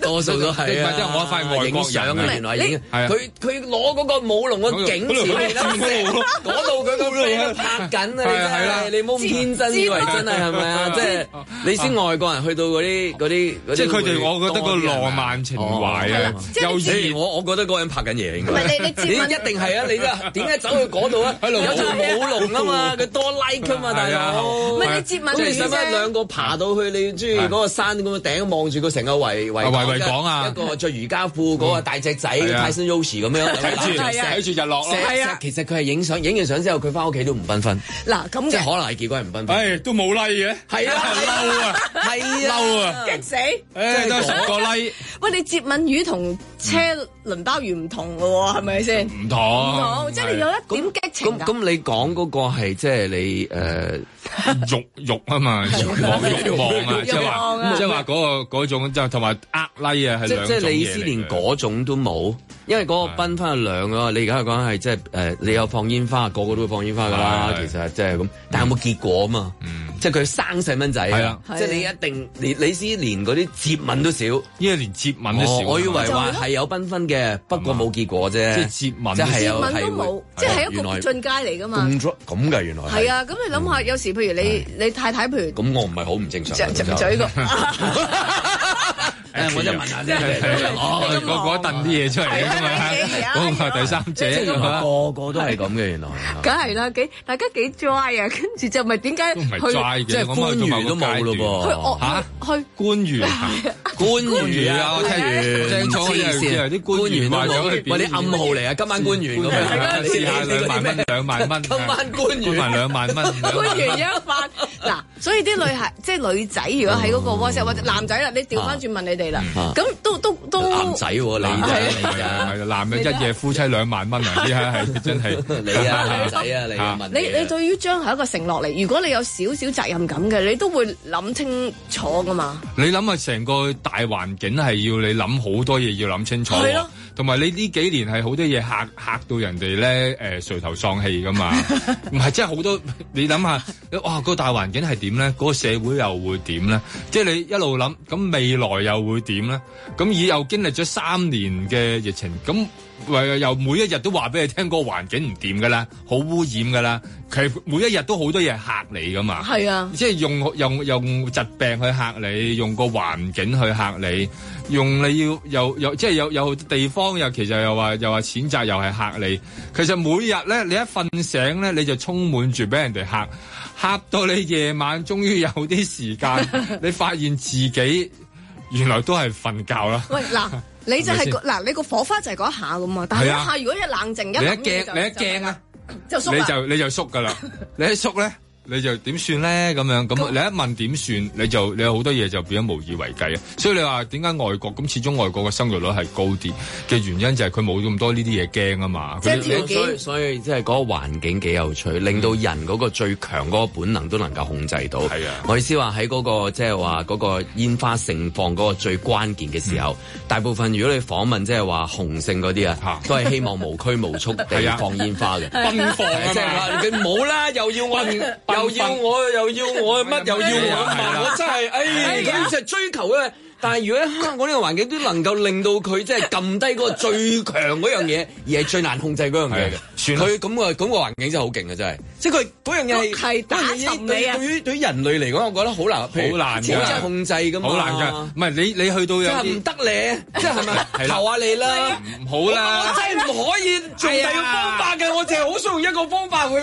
多數都係
唔
啊，
係即係我發現外國人啊
影相啊，原來已經
係啊
佢佢攞嗰個舞龍個景前面啦，嗰度佢個 friend 拍緊
係啊係
啊，
啊
你真係你冇咁天真以為真係係咪啊？即 係你先外國人去到嗰啲嗰啲嗰啲，
即係佢哋我覺得個
啊
浪漫情懷啊
哦，
幼
咦
稚
我我覺得嗰個人拍緊嘢應該，
唔 係你你接吻
一定係啊！你真係點解走去嗰度啊？
喺度
有條舞龍啊嘛，佢多 like 啊嘛，大
係啊
佬。
唔係你接吻
即係
完
使乜
啫
兩個爬到去你中意嗰個山咁嘅頂望住個成個圍圍
圍圍港啊
一個着瑜伽褲嗰個大隻仔
係啊
Tyson Yoshi 咁 樣
睇住睇住日落咯
錫
係
錫
啊
其實佢係影相，影完相之後佢翻屋企都唔繽紛。
嗱咁
即係可能係結果係唔繽紛。
唉，都冇 like 嘅，
係啊
哎 嬲啊，
係啊
嬲啊，
激死！
誒都係十個 like
喂，你接吻魚同車輪鮑魚唔同嘅喎，係咪先？
唔
唔
妥
同，，即係你有一點激情
咁
㗎
咁，你講嗰個係即係你呃誒
欲欲啊嘛，欲望欲望啊，
欲望啊
即係話即係話嗰個嗰種就同埋呃 like 啊，係
即
兩
即
種
係你
嘢
思
嚟
連
嘅。
嗰種都冇，因為嗰個繽紛係兩個，你而家講係即係誒，你有放煙花，個個都會放煙花㗎啦。
係
其實即係咁，但係有冇結果啊嘛？即係佢生細蚊仔
係啊
啊，即係你一定你你思連嗰啲接吻都少。
因為連接吻都少
哦，我以為話係有繽紛嘅，不過冇結果啫。
即係接吻
即係
接
有
吻
係
都
會
冇，即係一
原來
個進階嚟㗎嘛。
咁咁㗎，原來
係。啊，咁你諗下，有時譬如你你太太譬如
咁我唔係好唔正常。
嚼嚼 嘴個，
誒我就問下啫。
哦，嗰嗰燉啲嘢出嚟嘅嘛，嗰個係第三者
即係原
㗎
來
嘛，
個個都係咁嘅，原來。
梗係啦，幾大家幾 dry 啊，跟住就咪點解
都唔係
去
dry 嘅，
即係
我媽去到某個
官員都冇咯噃
去惡
嚇
去
官員
官員
員
啊，
啊
我
我
聽
聽
完
完正所謂
黐線
有啲官員
啊都冇
話咗去表
喂，
演啊
啲暗號嚟啊！今晚官員咁樣，
試下兩萬蚊，兩萬蚊，
今晚官
官民啊
員。
兩萬蚊，
官員一發嗱，所以啲 女孩即係女仔，如果喺嗰個 WhatsApp 或者男仔啦，你調翻轉問你哋啦
哦啊，
咁都都都
男仔喎，你
男
啫，
仔
你啊咋？
係男人一夜夫妻兩萬蚊啊！依家係真係
你啊， 男仔啊，你啊
啊
問
你
啊
你對於將來一個承諾嚟，如果你有少少責任感嘅，你都會諗清楚噶嘛。
你諗下成個大環境係要你諗好多嘢，要諗清楚
係咯。
同埋你呢幾年係好多嘢嚇嚇到人哋咧，誒、垂頭喪氣噶 嘛，唔係真係好多。你諗下，哇、個大環境係點咧？嗰、個社會又會點咧？即係你一路諗，咁未來又會點咧？咁以又經歷咗三年嘅疫情，咁喂又每一日都話俾你聽，個環境唔掂噶啦，好污染噶啦。其實每一日都好多嘢嚇你噶嘛。
係啊，
即係用用用疾病去嚇你，用個環境去嚇你，用你要又又即係有有地方又其實又話又話譴責又係嚇你。其實每日咧，你一瞓醒咧，你就充滿住俾人哋嚇，嚇到你夜晚終於有啲時間，你發現自己原來都係瞓覺啦。
喂 嗱。你就係個
係
嗱，你個火花就係嗰一下噶嘛，但係
係啊
嗰一下如果一冷靜一
你一
諗
驚，你一驚啊！
就縮
你
啦。
就你就縮噶 啦，你一縮咧，你就點算咧？咁樣咁你一問點算，你就你有好多嘢就變咗無以為繼啊！所以你話點解外國咁始終外國嘅生育率係高啲嘅原因就係佢冇咁多呢啲嘢驚啊嘛。
即係
佢
條件
所以所以即係嗰個環境幾有趣，令到人嗰個最強嗰個本能都能夠控制到。
係啊
我意思話喺嗰個即係話嗰個煙花盛放嗰個最關鍵嘅時候，大部分如果你訪問即係話雄性嗰啲啊
嗯啊，
都係希望無拘無束
係
地
啊
放煙花嘅。
奔放
即係
啊
話佢冇啦，又要 我，又要我，又要我乜，又要我
係啊
乜，
啦
我真係，哎，咁就係追求嘅。但係如果喺香港呢個環境都能夠令到佢即係撳低嗰個最強嗰樣 嘢，而係最難控制嗰樣嘢嘅
係，啊算啦
佢咁個咁個環境真係好勁啊！真係，即係佢嗰樣嘢
係打
嗰樣嘢
沉你啊
對於對於人類嚟講，我覺得好難，譬如
好難㗎
好難控制㗎嘛，
嘛，好難噶。唔係你你去到有
即係唔
啲
得你，即係係咪
係啊啦
求下你啦？
唔好
我
啦，
真係唔可以做
啊
第二個方法嘅，我淨係好想用一個方法去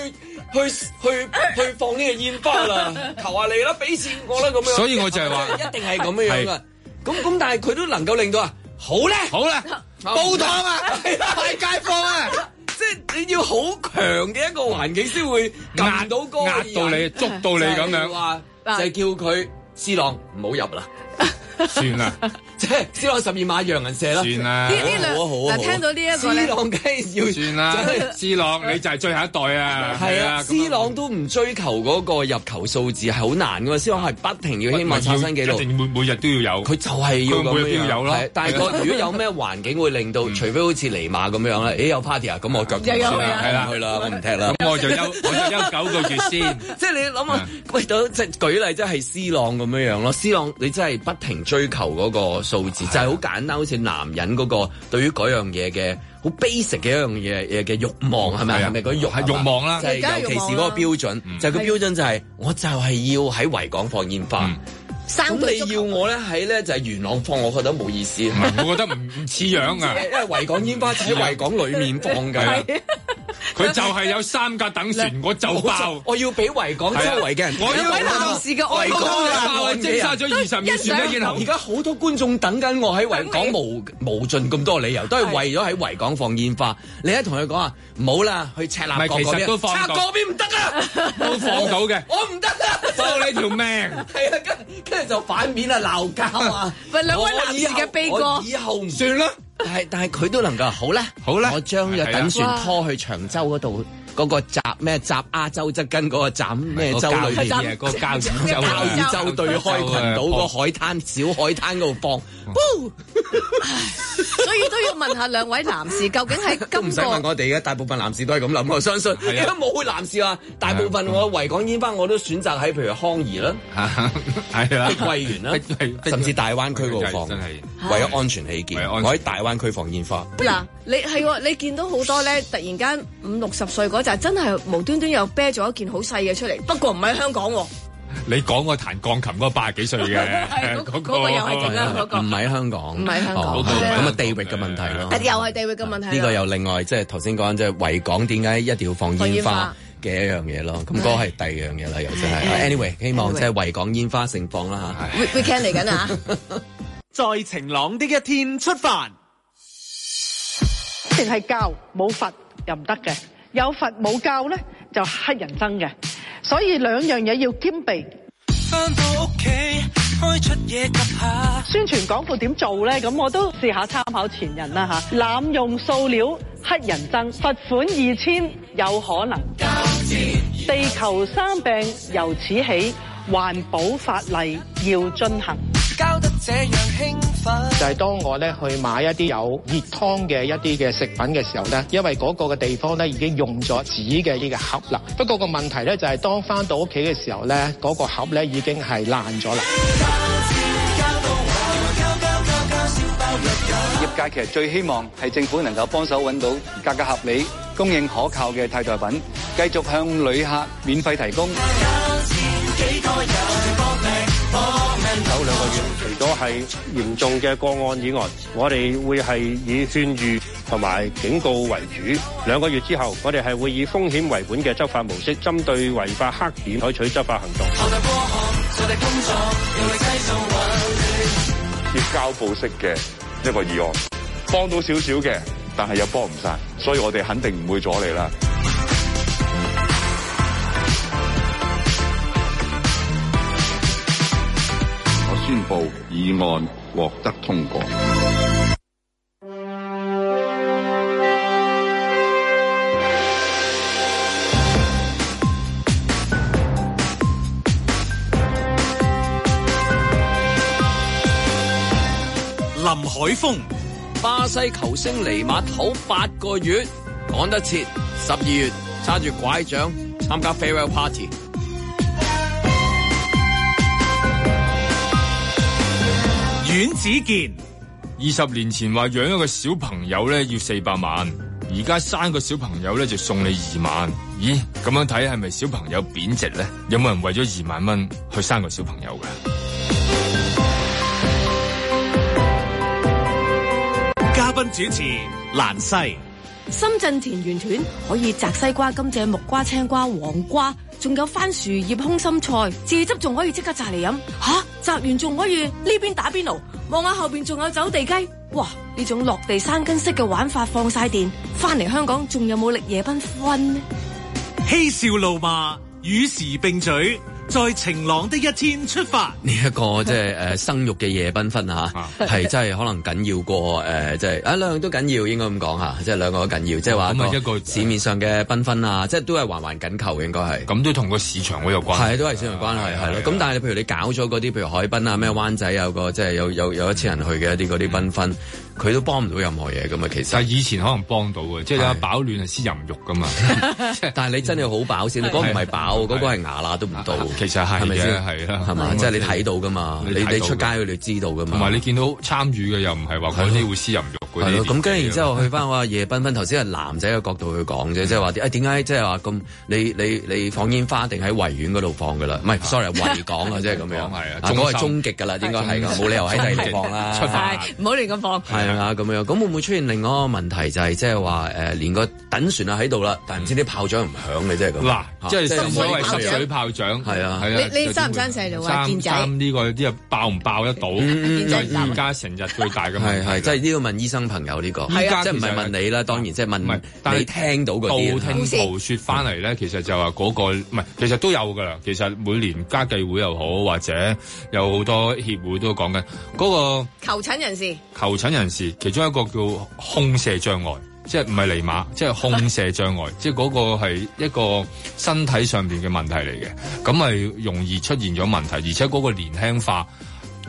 去去去放呢個煙花啦，求 下你啦，俾錢我啦咁樣。
所以我就係話
一定係咁樣樣噶。咁咁，但係佢都能夠令到啊，好咧，
好啦，
煲湯 啊，大街坊啊，即係你要好強嘅一個環境先會
壓
撳到嗰個
壓到你，
人
捉到你咁
就係
樣，
話就係叫佢斯朗唔好入啦，
算 啦，
即係斯朗十二碼讓人射啦。
算
呢
啦。
呢兩
好啊好啊好啊
嗱，聽到呢一個
斯
咧，
朗梗係要
算啦
真係，
斯朗你就係最後一代啊！
係啊
咁樣
，C 朗都唔追求嗰個入球數字係好難噶嘛，C 朗係不停要希望刷新紀
一
錄。
定每每日都要有。
佢就係要
佢
咁
每
樣
日都要有
樣，
咯
係但係個如果有咩環境會令到，除非好似尼馬咁樣啦，誒有 party 啊，咁我腳
又有
算
去
啦
啊，
係啦，去 啦，我唔踢啦。
咁我就休我就休九個月先。
即係你諗下
啊，
喂，到即係舉例，即係 C 朗咁樣樣咯。C 朗你真係不停追求嗰個數字，就係好啊簡單，好似男人嗰個對於嗰樣嘢嘅好 basic 嘅一樣嘢嘢嘅慾望係咪？
係啊
係咪嗰啲慾
係慾望啦
就係
梗係慾望啦
尤其是嗰個標準，就係個標準就係我就係要喺維港放煙花。咁
生對足
你要我咧喺咧就係元朗放，我覺得冇意思。
唔係我覺得唔唔似樣啊！
因為維港煙花只喺維港裡面放㗎。
佢就係有三架等船， 我就爆。
我要俾維港周圍嘅人，
係啊我要
位男士嘅愛
維港
國
嘅
啊
人
爆啊！蒸殺咗二十秒船咧，然後
而家好多觀眾等緊我喺維港
等你
無無盡咁多理由，都係為咗喺維港放煙花。你一同佢講啊，唔好啦，去赤鱲
唔
角
係其實
嗰邊，
都放
赤鱲角嗰邊唔得啊，
都放 到嘅
我唔得啊，
放你條命。
係啊，跟跟住就反面啊，鬧交啊，
喂兩位
我
男士嘅悲歌
我以後唔算啦。但係但係佢都能夠好啦，
好啦啊
我將個等船拖去長洲嗰度嗰個集咩集亞洲側根嗰個站咩洲裏
嗰個
邊
交。椅啊，嗰個 交椅洲
交
啊，
椅洲對開群島個海灘小海灘嗰度 放，
所以都要問下兩位男士，究 竟喺
都唔
今
使問
個
我哋嘅，大部分男士都係咁諗，我相 信。而
係啊
家冇男士話，大部分我維港煙花我都選擇喺譬如康怡啦、
係啦
碧，桂園 啦
碧桂，碧
甚至大灣區嗰度放，
啊真係
為咗安全起
為
見，
咗安
我喺
全
大灣區放煙花。
嗱，你係喎，你見到好多咧，突然間五六十歲嗰陣，真係無端端又啤咗一件好細嘅出嚟，不過唔喺香港喎，
你講個彈鋼琴嗰個八十幾歲嘅
係嗰
嗰
嗰個又係咁啦嗰個
唔喺香港，
唔喺香港嗯
哦
嗰個
咁啊地域嘅問題咯。
又係地域嘅問題
嗯
啦。
呢個又另外即係頭先講，即係維港點解一定要放煙花
放
嘅一樣嘢咯。咁嗰個係第二樣嘢啦，又真
嗯
係。anyway，希望即係維港煙花盛放啦嚇。
We- weekend 嚟緊啊！
在晴朗的一天出發。
一定係教冇罰又唔得嘅，有罰冇教咧就黑人憎嘅，所以兩樣嘢要兼備。
翻到屋企，開出嘢及下。
宣傳廣告點做咧？咁我都試下參考前人啦吓，濫用塑料黑人憎，罰款二千有可能。地球生病由此起，環保法例要遵行。
交得這樣興奮。
就係當我咧去買一啲有熱湯嘅一啲嘅食品嘅時候咧，因為嗰個嘅地方咧已經用咗紙嘅呢個盒啦。不過個問題咧就係、當翻到屋企嘅時候咧，嗰、個盒咧已經係爛咗啦。
業界其實最希望係政府能夠幫手揾到價格合理、供應可靠嘅替代品，繼續向旅客免費提供。
首兩個月，除咗係嚴重嘅個案以外，我哋會係以勸喻同埋警告為主。兩個月之後，我哋係會以風險為本嘅執法模式，針對違法黑點採取執法行動。
要交報式嘅一個議案，幫到少少嘅，但係又幫唔晒，所以我哋肯定唔會阻你啦。我宣布議案獲得通過。
林海峰、
巴西球星尼馬唞八個月，趕得切。十二月揸住拐杖參加 farewell party。
阮子健、
二十年前話養一個小朋友咧要四百萬，而家生個小朋友咧就送你二萬。咦，咁樣睇係咪小朋友貶值咧？有冇人為咗二萬蚊去生個小朋友㗎？
嘉賓主持蘭西、
深圳田園犬可以摘西瓜、甘蔗、木瓜、青瓜、黃瓜，仲有番薯葉、空心菜，蔗汁仲可以即刻摘嚟飲。吓、摘完仲可以呢邊打邊爐，望下後邊仲有走地雞。哇！呢種落地生根式嘅玩法放晒電，翻嚟香港仲有冇力夜繽紛呢？
嬉笑怒罵，與時並舉，在晴朗的一天出發。
呢一個即係誒生育嘅夜繽紛嚇，係真係可能緊要過誒，即係啊兩樣都緊要，應該咁講嚇，即係兩個都緊要，即係話
咁啊
個
一個
市面上嘅繽紛啊，即係都係環環緊扣嘅，應該係。
咁都同個市場好有關。
係都係市場關係係咯。咁但係譬啊如你搞咗嗰啲，譬如海濱啊、咩灣仔有個即係有有有一千人去嘅一啲嗰啲繽紛，佢都幫唔到任何嘢噶嘛，其實。但係
以前可能幫到嘅，即係有飽暖係先淫欲噶嘛。
但係你真係好飽先，嗰個唔係飽，嗰個係牙罅都唔到。
其實係
啊係咪
嘅，
先
係啦，啊
係嘛？即係你睇到噶嘛？你你出街佢哋知道噶嘛？
同埋你見到參與嘅又唔係話嗰啲會私淫欲嗰
係
啲
咯，咁跟住然之後
年紀啊
去翻話夜繽紛，頭先係男仔嘅角度去講
嗯
啫，即係話啲啊點解即係話咁你你你放煙花定喺維園嗰度放噶啦？唔係，sorry，維港 啊，即係咁樣，係啊嗰個係終極噶啦，應該係㗎，冇理由喺第二度放 啦。
唔好亂咁放。
係啊，咁樣咁會唔會出現另外一個問題就係即係話誒，連個等船啊喺度啦，但係唔知啲炮仗唔響啊嘅，即係咁。
嗱
嚇
即係所謂
係
濕水炮仗，
係啊，
係啊
你你生唔生細路啊？
三
健仔，
三呢個啲啊爆唔爆得到？
嗯
就而家成日最大嘅
係
問題
係，即係呢個問醫生朋友呢個，即
係啊啊
係唔係問你啦，當然即係問你聽到嗰啲
道
啊
聽途說翻嚟咧，其實就話嗰、個唔係，其實都有噶啦。其實每年家計會又好，或者有好多協會都講緊嗰個
求診人士。
求診人士，其中一個叫控射障礙，即係唔係尼馬，即係控射 障礙，即係嗰個係一個身體上邊嘅問題嚟嘅，咁咪容易出現咗問題，而且嗰個年輕化。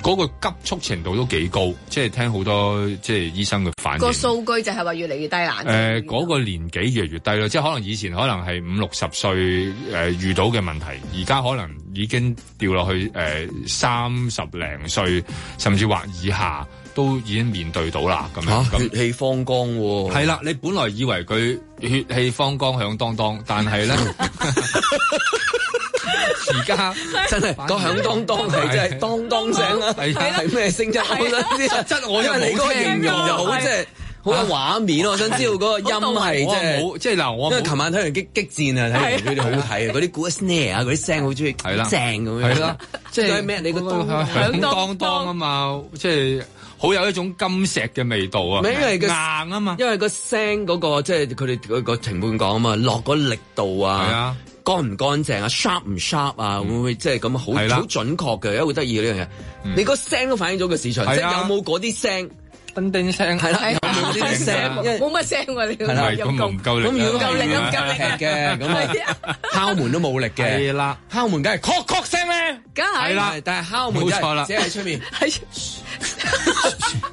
嗰個急速程度都幾高，即係聽好多即係醫生嘅反應。
個數據就係話越嚟越低啦。
誒呃 嗰個年紀越嚟越低咯，即係可能以前可能係五六十歲誒、呃遇到嘅問題，而家可能已經掉落去誒三十零歲，甚至或以下都已經面對到啦咁樣。
嚇血
咁
氣方剛喎。
啊係啊啦，你本來以為佢血氣方剛響當當，但係 咧而家
真 係個響當當係真係當當聲啦，
係啊
係咩聲啫？我想知啊
實質我
因
又
為你嗰個
冇聽
形容就
過
好即係好有畫面，啊我想知道嗰個音係即
我
係
冇即係嗱，我
因為
冇
琴晚睇完激激戰啊，睇完佢哋好睇啊，嗰啲鼓 snare 啊，嗰啲聲好中意，
係啦
正咁樣。
係啦，
即係咩？你個當
響當當啊嘛，即係好有一種金石嘅味道啊！
唔係因為個
硬啊嘛，
因為個聲嗰個即係佢哋嗰個情伴講啊嘛，落嗰力度
係
啊
啊，
乾唔乾淨啊，sharp 唔 sharp 啊，會唔會即係咁好
嗯係啦嗯
好準確嘅，因為好得意嘅呢樣嘢。你個聲都反映咗個市場，
係啊
即係有冇嗰啲聲？
叮叮聲
係啦，有冇呢啲聲？因為
冇乜啊 聲喎，你
係啦
陰
咁
公
唔夠力啊
咁如果
夠力啊
咁夠力啊
踢嘅咁啊
係啊
敲門都冇力嘅，
係啊啦，
敲門梗係確確聲咧，
梗係
係啦，但係敲門
冇錯啦
即係喺出面，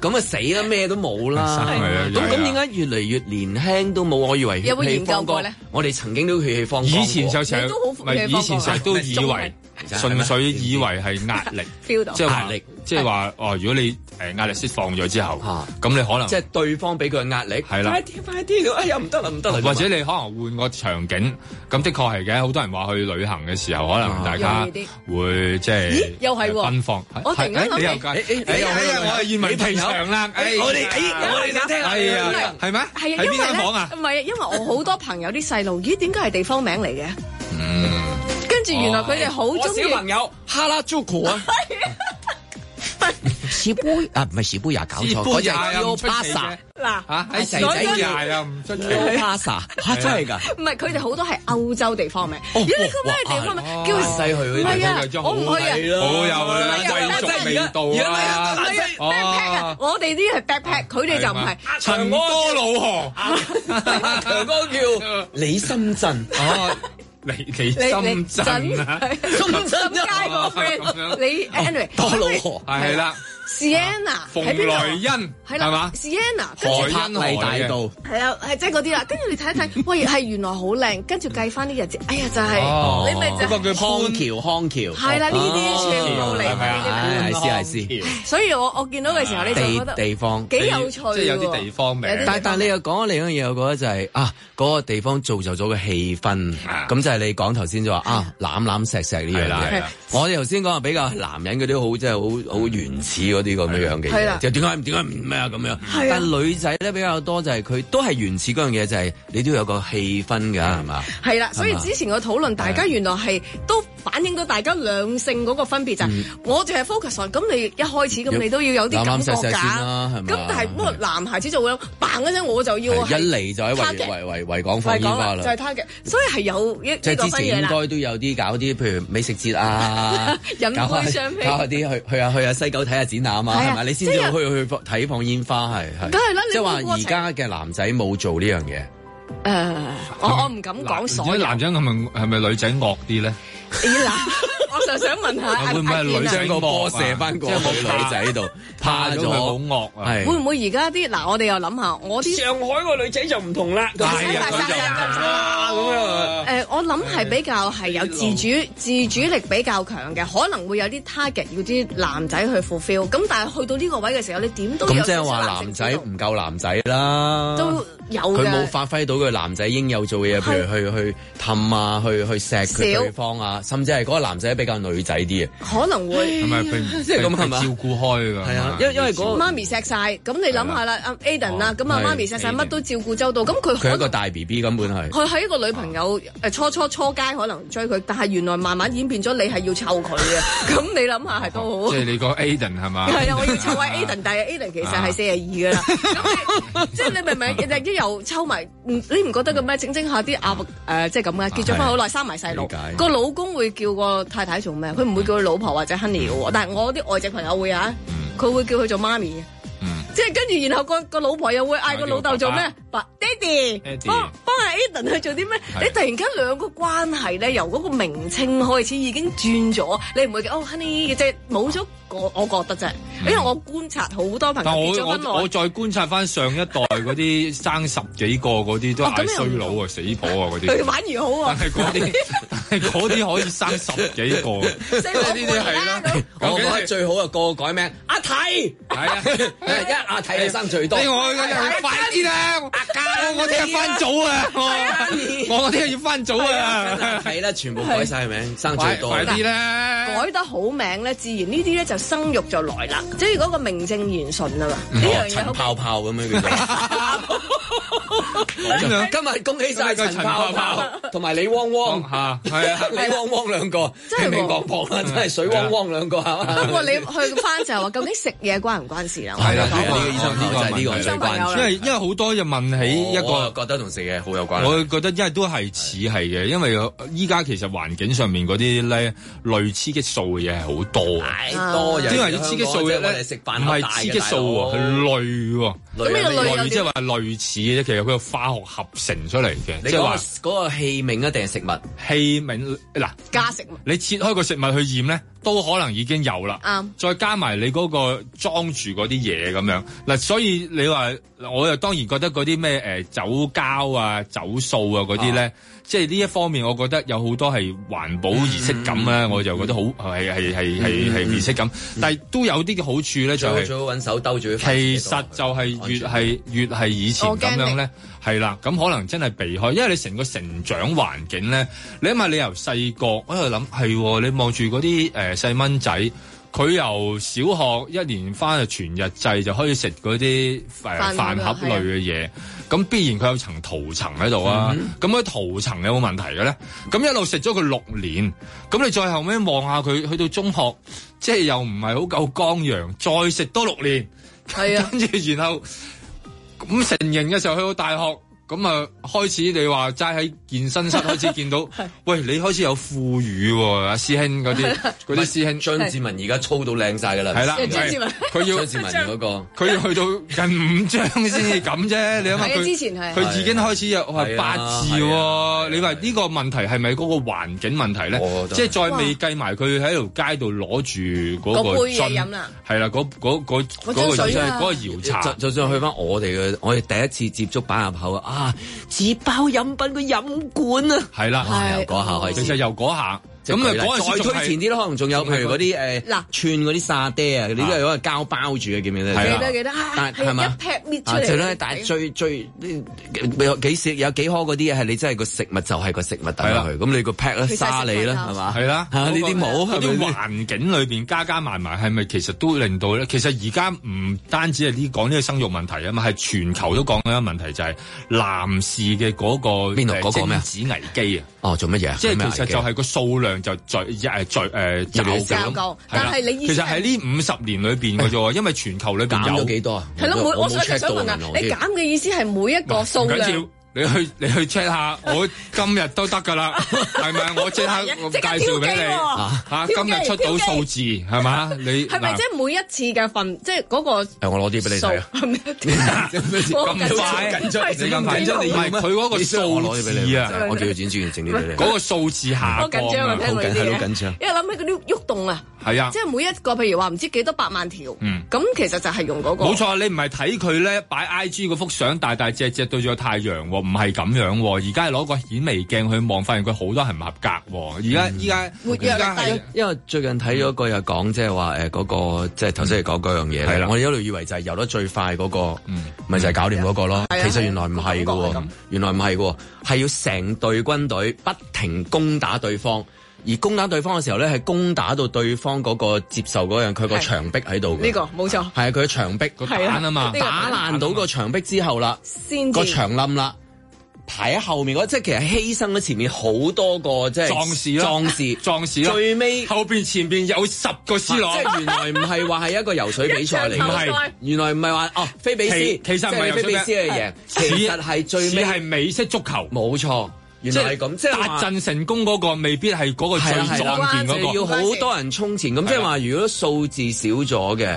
咁啊死啦，咩都冇啦
係啊，
咁
係
咁
啊
點解越嚟越年輕都冇？我以為血氣
有冇研究
方剛
過咧？
我哋曾經都血氣方剛過，
以前就成日
你都好
唔係
你放
以前成日都以為
仲係
純粹以為係壓力
feel 到
即係話
壓力，
即係話哦，如果你誒壓力釋放咗之後，咁你可能哦
即係對方俾佢嘅壓力，
啊係啦
快啲快啲，哎呀唔得啦唔得啦，
或者你可能換個場景，咁的確係嘅。好多人話去旅行嘅時候，可能大家
容易
會即係
咦又係喎
奔放。
我突然間
係係你又
諗起
介
哎哎
哎呀
哎呀
我係燕文皮場啦，哎
我哋哎我哋想聽下
哎
你嘅
呀，係咩？
係啊，
喺
因為
邊間
咧
房啊？
唔係啊，因為我好多朋友啲細路，咦？點解係地方名嚟嘅？跟住原來佢哋好中意
我小朋友哈拉 Juku 啊。士杯啊，唔係士杯也搞錯，嗰隻
啊
係 Rio Pasa
嗱
嚇
係
喺
仔
所
仔
以
叫
呀又唔出奇。
Rio Pasa，嚇 真係㗎。
唔係，佢哋好多係歐洲地方名。
哦
咦？你個咩地方名？叫
西去嗰啲
唔係
地
啊
方就，
我唔去啊。
好有啦，貴族味道啊！
唔係啊，backpack 啊！我哋啲係 backpack，佢哋就唔係。
陳哥老河，
啊強哥叫李深圳，
哦，李李深圳啊，
深
深
圳
街個 friend，你 anyway
多 老河
係啦，
Sienna 喺
馮
邊
萊
度？
恩
係
係
啦
嘛？
，Sienna
海
跟住
恩
柏麗大道
係啊，係即係嗰啲啦。跟住你睇
嗯
一睇，喂，係原來好靚。跟住計翻啲日子，哎呀，就
哦
係你咪就
嗰個
係
叫哦
康橋康橋，
係啦呢啲全部嚟
係咪啊？唉，係係係。
所以我我見到嘅時候，你就覺
地
得
地方
幾有趣喎
即係有啲地方名
有啲地
但但你又講咗另一樣嘢，我覺得就係、啊，嗰、個地方造就咗個氣氛，
嗯
咁就係你講頭先就話啊，攬攬錫錫呢
啊係啦
樣
係
嘢
啦。
我哋頭先講話比較男人嗰啲好即係好好原始嗰啲咁樣樣嘅
係啦
嘢，就點解點解唔咩啊咁樣？
係啊
但女仔咧比較多就係佢都係原始嗰樣嘢，就係、你都要有個氣氛㗎，
嗯
係嘛？
係啦，所以
係嘛啊
之前個討論，大家原來係都反映到大家兩性嗰個分別就係，我淨係 focus on，咁你一開始咁
嗯要
你都要有啲感覺
攬攬錫錫
㗎，
先啦係嘛嗯
咁但係不過男孩子就會諗，嘭嗰陣我就要
係
係
一嚟就喺維
target，
維維維港
咪
放煙
講
花
啦，就
啦
係。target，所以係有一
即
呢
係
個
之
分
前
野
應
啦。，
該都有啲搞啲，譬如美食節啊
飲杯
搞下
雙啤
搞下啲去去下去下西九睇下展覽啊，
係啊
係咪？你先
即
至
係
去去放睇放煙花係係。
梗係啦你
即係話
冇過
而
程
家嘅男仔冇做呢樣嘢，
誒，我我唔敢講所
而
有
家男人係咪係咪女仔惡啲咧？
咦嗱我就想 問下阿
會唔會係
阿健啊
女仔個波射翻過去女仔度，怕咗好
惡
啊！係
會唔會而家啲嗱？我哋又諗下，我啲上海個女仔就唔同啦，
係啊佢就
啊咁樣。誒，我諗係比較係有
哎
自主自主力比較強嘅，可能會有啲 target 要啲男仔去 fulfill。咁但係去到呢個位嘅時候，你點都有
咁即
少
係
少
話
男性
男仔唔夠男仔啦，
都有
佢冇
嘅。
發揮到佢男仔應有做嘅嘢，譬如去去氹啊，去去錫佢
少
對方啊，甚至係嗰個男仔比較女仔啲嘅，
可能會
係咪即係咁係嘛？
照顧開㗎，
係啊，因為因為嗰個
媽咪錫晒，咁你諗下啦，阿 Aden 啦，咁啊
係
媽咪錫晒，乜都照顧周到，咁佢
佢係
可
一個大 B B 根本係。
佢係一個女朋友，誒初初初階可能追佢，但係原來慢慢演變咗，你係要湊佢嘅。咁你諗 下係都好
哦
即。係你講 Aden 係嘛？
係啊，我要湊位 Aden，但係 Aden 其實係四廿二
啊
噶啦。咁你即係你明唔明？日日又湊埋，唔你唔覺得嘅咩？整整下啲鴨誒，即係咁嘅。結咗婚好耐，生埋細路
理解，
個老公會叫個太太做咩？佢唔會叫佢老婆或者 honey 嘅喎。但係我啲外籍朋友會啊，佢會叫佢做媽咪嘅。即係跟住，然後個個老婆又會嗌個老豆做咩？爸，爹哋，
爹哋
幫幫阿 Aden 去做啲咩？
係
你突然間兩個關係咧，由嗰個名稱開始已經轉咗，你唔會嘅哦，honey 即係冇咗我，我覺得啫，因為我觀察好多朋
但
友結
我
咗婚
我
耐
我。再觀察翻上一代嗰啲生十幾個嗰啲都
哦咁
嗌
又
衰佬啊、死婆啊嗰
佢
啲，
玩完好喎，
但係嗰啲可以生十幾 個，
即係呢啲係啦。
我覺得最好啊，個個改名阿提，
係啊，
一阿提你生最多。
俾我嗰日快啲啦！我我聽日翻早啊，我我聽日要翻早啊，
係 啦，全部改晒名，生最多。
快啲啦！
改得好名咧，自然呢啲咧就生育就來啦，即係嗰個名正言順啊嘛。呢
哦
樣嘢
陳
好
泡泡咁樣叫 做。咁樣今日恭喜晒陳哦泡泡同埋李汪汪
嚇，係啊，
李汪汪兩個
真係
明
喎
明講講啊啦，真係水汪汪兩個嚇。
不過你去翻就係話，究竟食嘢關唔關事啦？
係啦，
係啊
呢個醫生呢個係呢個最關注
因為因為好多嘢問起一個
我覺得同食嘢好有關。
我覺得因為都係似係嘅，因為依家其實環境上面嗰啲咧類雌激素嘅嘢係好多，太
啊
多人
因為啲雌激素嘅
香港即係我
咧
哋食飯
唔
好大
係
嘅
雌激素喎，
大佬
係類喎，
咁呢個類有啲
類即係話類似嘅啫，其實佢係化學合成出嚟嘅，
你
即係話
講嗰個器皿啊一定係食物？
器皿嗱，
加食物
你切開個食物去驗咧，都可能已經有啦。
啱
再加埋你嗰個裝住嗰啲嘢咁樣嗱，所以你話我又當然覺得嗰啲咩誒酒膠啊、酒數啊嗰啲咧，即係呢一方面，我覺得有好多係環保儀式感咧，我就覺得好係係係係係儀式感，但係都有啲嘅好處咧，就
最好
係
最好揾手兜住佢。
其實就係越係越係以前咁樣咧，係啦，咁可能真係避開，因為你成個成長環境咧，你諗下你由細個，我喺度諗係喎，你望住嗰啲誒細蚊仔。佢由小學一年翻去全日制就可以食嗰啲誒
飯
飯盒類嘅嘢，咁必然佢有層塗層喺度啊。咁佢塗層有冇問題嘅咧？咁一路食咗佢六年，咁你再後尾望下佢去到中學，即係又唔係好夠光陽，再食多六年。
係啊，
跟住然後咁成人嘅時候去到大學，咁啊開始你話齋喺健身室開 始見到，喂你開始有富裕喎，阿師兄嗰啲嗰啲師兄
張志文而家粗到靚晒㗎啦，
係啦，
張志文
佢
張
要
志文嗰個。
佢要去到近五張先至咁啫，你諗下
係啊
佢
之前係
佢已經開始有哇
係啊啊
八字喎，你話呢個問題係咪嗰個環境問題咧？即係再未計埋佢喺條街度攞住嗰
嗰
個
杯嘢飲啦，
係啦，嗰嗰嗰嗰
樽
個
水
搖
啊
嗰個搖茶。
就就算去翻我哋嘅，我哋第一次接觸擺入口啊，紙包飲品個飲管啊，
係啦，
由嗰下開始，
其實由嗰下，
即係
咁啊
舉例
嗰陣時
再
仲
推
係
前啲咯，可能仲有譬如嗰啲誒
嗱
串嗰啲沙爹啊，你都係嗰個膠包住嘅，記唔記得？
記得記得啊
但
係
係嘛
一劈搣出
啊
嚟
最咧，但係最最有幾少有幾顆嗰啲嘢係你真係個食物就係個食物等落去，咁你個 pack 咧
其實係
沙你啦
食物，
係嘛？
係啦，
啊呢啲冇
嗰
係
啲
咪
環境裏邊加加埋埋，係咪其實都令到咧？其實而家唔單止係呢講呢個生育問題啊嘛，係全球都講緊一個問題，就係男士嘅嗰個邊
度嗰個咩啊
精子危機啊！
哦，做乜嘢啊？
即
咩
係
危
其實
機
就係個數量就最誒最誒驟
越嚟越
減
少
係啦
但係你意
其
思
實喺呢五十年裏邊嘅啫喎，因為全球裏邊
減
有
咗幾多啊？
係咯，每我想就想問啊，你減嘅意思係每一個數
唔緊
量
要你去你去 check 下，我今日都得 噶啦，係咪？我即刻
啊即刻
介紹俾
挑機
你
喎挑
吓，今
機
日出
挑機
到數字係嘛？你
係咪
嗱
即係每一次嘅份，即係嗰個
誒，我攞啲俾你睇啊！緊張，你咁緊
咁
張，你
唔係佢嗰個
我攞啲俾你
數字啊，
我叫佢剪專整啲俾你。
嗰個數字下
我緊張啊，聽
好
到
緊
呢啲
係
嘢
好緊張。
因為諗起嗰啲喐動啊，
係啊
即係每一個譬如話唔知幾多百萬條，
嗯
咁其實就係用嗰個。
冇錯，啊你唔係睇佢咧擺 I G 嗰幅相大大隻隻對住個太陽喎，唔係咁樣喎。而家係攞個顯微鏡去望，發現佢好多係唔合格喎。而家依家
嗯活躍
而家
力
係
低
因為最近睇咗個又講，即係話誒嗰個即係頭先你講嗰樣嘢
係啦
咧，我一路以為就係游得最快嗰個，咪就係搞掂嗰個咯。
係啊
其實原來唔係嘅
個感覺係
喎
咁，
原來唔係嘅喎，係要成隊軍隊不停攻打對方。而攻打對方嘅時候咧，係攻打到對方嗰個接受嗰樣，佢個
係
牆壁喺度嘅。
呢個冇錯，
係啊，佢嘅牆壁個
係
啊
啦呢個
打爛到個牆壁之後啦，
先至
個牆冧啦，排喺後面嗰，即係其實犧牲咗前面好多個即係
壯士啦
壯士，
壯士啦
最尾
後邊前邊有十個 C 朗
啊即係原來唔係話係一個游水比賽嚟
一場球
嘅，
賽唔係
原來唔係話哦菲比斯，
其其實唔係
即係菲比斯
游水
去贏，
比賽
其實係最
似
尾
係美式足球，
冇錯。原來係咁，即係話
達陣成功嗰個未必係嗰個最
係啦係啦
壯健嗰個，
要好多人衝前，咁即係話如果數字少咗嘅，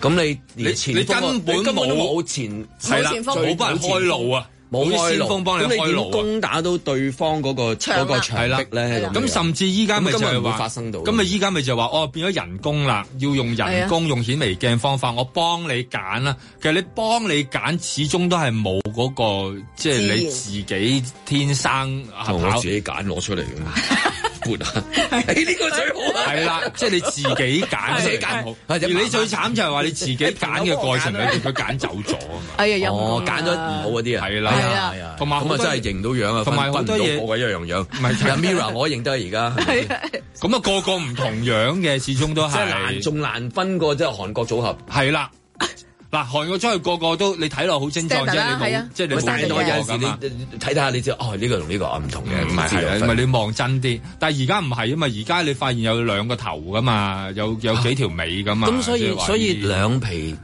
咁你連前
嗯
鋒
你根本
你根本都
冇
冇前
係啦冇幫人開路啊
冇
冇
開
先
路，
鋒幫你
咁
開路啊
點攻打到對方嗰個
牆啊
嗰個牆壁
係
咧
啦？咁甚至依家咪
啊
就
咁根
係
本唔
話
會發生到。
咁咪依家咪就話哦，變咗人工啦，要用人
啊
工用顯微鏡方法，我幫你揀啦。其實你幫你揀，始終都係冇嗰個，即係你自己天生啊
我
跑
自己揀攞出嚟嘅嘛，撥啊！你呢個最好啊！
係啦，即係你自己揀，
自己揀
好
好。
而你最慘就係話你自己揀嘅過程裏邊，佢揀走咗啊嘛。
哎呀，
哦
有，
揀咗唔好嗰啲啊，係
啦係啊
係啊，
同埋好
咁
多
啊真係認到樣啊，
同埋好
分
多
分唔
嘢
到我一樣樣，唔
係
Mira 我認得而家，
咁啊個個唔同樣嘅，始終都係
即係難仲難分過即係韓國組合。
係啦。嗱，韓國出去個個都你睇落好精壯
Standard
啫，
啦
你
係啊
冇即係你
喂但係
冇
我有
有
陣時你睇睇下你知，哦呢個同呢個啊唔同嘅，
唔係
知道
係啊，咪你望真啲。但係而家唔係啊嘛，而家你發現有兩個頭噶嘛，有有幾條尾噶嘛。
咁所
即係
以
話
所以兩皮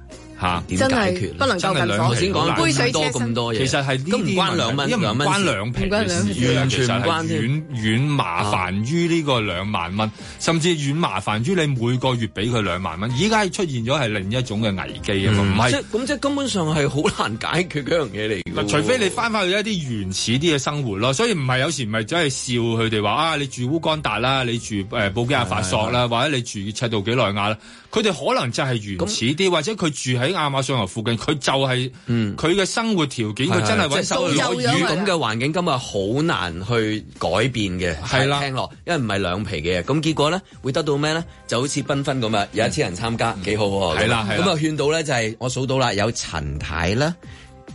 嚇
點解決咧
真係不能夠近火
頭先講
杯
咁
水
多
車薪
咁多嘢，
其實係呢
哦咁唔
啲
關兩蚊
因為唔
兩蚊
關
事
兩皮
唔關
嘅
兩皮
事，
完
其
全唔
實
關
係
添啊
遠遠麻煩於呢個兩萬蚊，甚至遠麻煩於你每個月俾佢兩萬蚊。而家出現咗係另一種嘅危機啊嘛，唔
嗯即
係
係。咁即係根本上係好難解決嗰樣嘢嚟㗎喎。
嗱，除非你翻返去一啲原始啲嘅生活咯，所以唔係有時唔係真係笑佢哋話啊，你住烏干達啦，你住誒、呃、布基亞法索啦，或者你住赤道幾內亞啦，佢哋可能就係原始啲，或者佢住喺亞馬遜河附近，佢就係佢嘅生活條件，佢真係揾手
嗯即係
攞
以
魚
咁嘅環境，今日好難去改變嘅。
係啦
聽落，因為唔係兩皮嘅，咁結果咧會得到咩咧？就好似繽紛咁啊，有一千人參加，幾好喎。
嗯係啦
咁
係啦
咁啊勸到咧就係我數到啦，有陳太啦。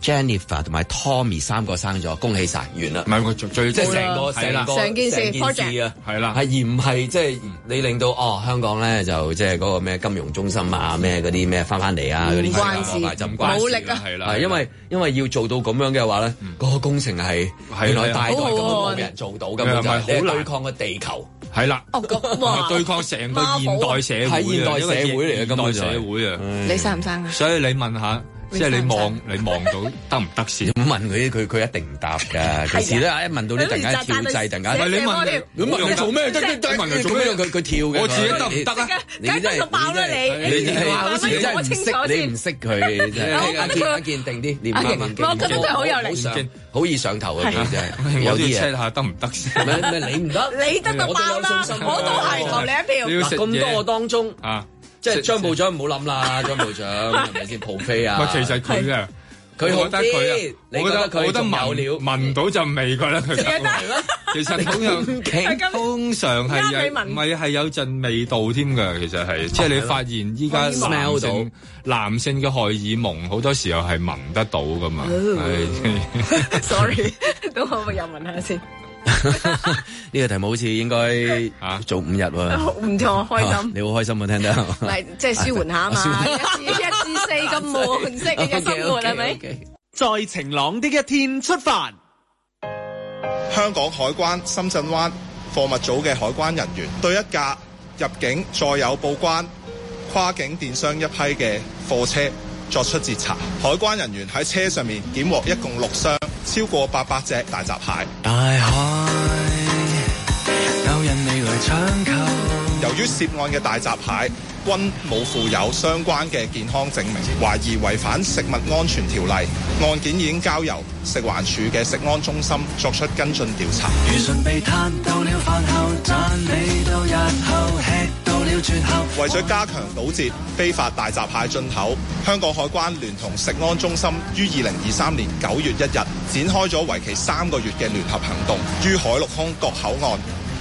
Jennifer 同埋 Tommy 三個生咗，恭喜晒，完啦！
唔係最最
即係成個
係嗯
成
啦
個
成件事
成件事啊，
係啦
係而唔係即係你令到哦香港咧就即係嗰個咩金融中心啊咩嗰啲咩翻翻嚟啊嗰啲
唔關事
就唔關事
冇力啊
係啦嗯
係因為因為要做到咁樣嘅話咧，嗰個工程係
係啊
原來大代
好
咁
好啊
樣
喎
冇人做到根本就
係
係
咪好
你係
難
對抗個地球。
係啦，
哦咁 哇，
對抗成個現代社會啊，
係現代社會嚟嘅
因為現
根
代
本就係
社會啊，
你生唔生啊？
所以你問下，即係
你生
你
唔
望
生
你望到得唔得先？
咁問佢，佢佢一定唔答
啊
㗎。佢時咧一問到你，突然間跳掣，突然間
喂你問
佢
佢，
你問佢做咩？得得得，
問
問
佢
佢
做
做
咩
咩？佢佢跳嘅。
我自己得唔得啊
你真
梗係
係
就爆啦你
你真係好似真係唔識，你唔識 佢真
我
係。
覺得
阿健阿健定啲，念
阿
啱
健我覺得佢好有力
好易上頭啊！佢真係
我
有
都
啲
要 check
嘢。
下得唔得 先？
咩咩你唔得，
你得到爆啦，我都係投你一票。
你要食
咁多
嘢
個當中，
啊！
即係張部長唔好諗啦， 張部長係咪先蒲飛啊？
喂，其實佢啊，
佢
我
好
覺得佢
啲
啊，
你
我覺
覺
得
得佢
我覺得
仲有料
聞聞到就味覺啦，佢
食嘢
得。
得
其實好有，通常係有，唔係係有陣味道添㗎。其實係，
哦
即係你發現依家
可以
男
smell
性
到
男性嘅荷爾蒙好多時候係聞得到㗎嘛。
哦
係
Sorry，等 我又問下先，
呢個題目好似應該做五日喎。
哦唔錯，開心。
你好開心啊， 聽得。
咪即係舒緩啊下啊嘛，一至一至四 咁悶式嘅生活係咪？
在晴朗的一天出發。
香港海關深圳灣貨物組嘅海關人員對一架入境再有報關跨境電商一批嘅貨車作出截查。海關人員喺車上面檢獲一共六箱超過八百隻大閘蟹。
大海，有人未來搶購。
由於涉案嘅大閘蟹均冇附有相關嘅健康證明，懷疑違反食物安全條例，案件已經交由食環署嘅食安中心作出跟進調查。
愚蠢被攤到了飯後，讚美到日後，吃到了絕後。
為咗加強堵截非法大閘蟹進口，香港海關聯同食安中心於二零二三年九月一日展開咗為期三個月嘅聯合行動，於海陸空各口岸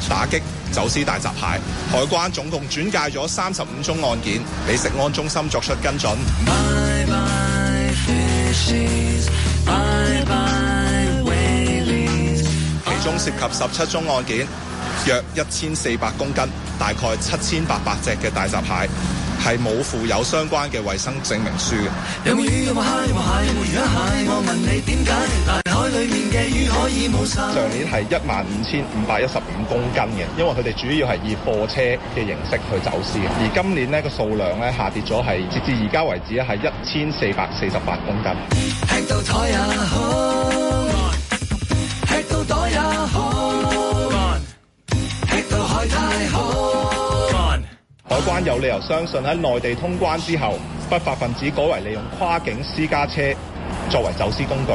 打擊走私大閘蟹。海關總共轉介咗三十五宗案件俾食安中心作出跟進。
Bye bye fishes, bye bye whaleys。
其中涉及十七宗案件，約一千四百公斤，大概七千八百隻嘅大閘蟹係冇附有相關嘅衞生證明書嘅。
有冇魚有冇蟹有冇蟹有冇魚蟹？我問你點解大海裡面嘅魚可以冇晒？
上年係一萬五千五百一十五公斤嘅，因為佢哋主要係以貨車嘅形式去走私嘅。而今年呢個數量咧下跌咗，係截至而家為止咧係一千四百四十八公斤。
吃到台也好，吃到袋也好，吃到海太好。
海關有理由相信喺內地通關之後，不法分子改為利用跨境私家車作為走私工具，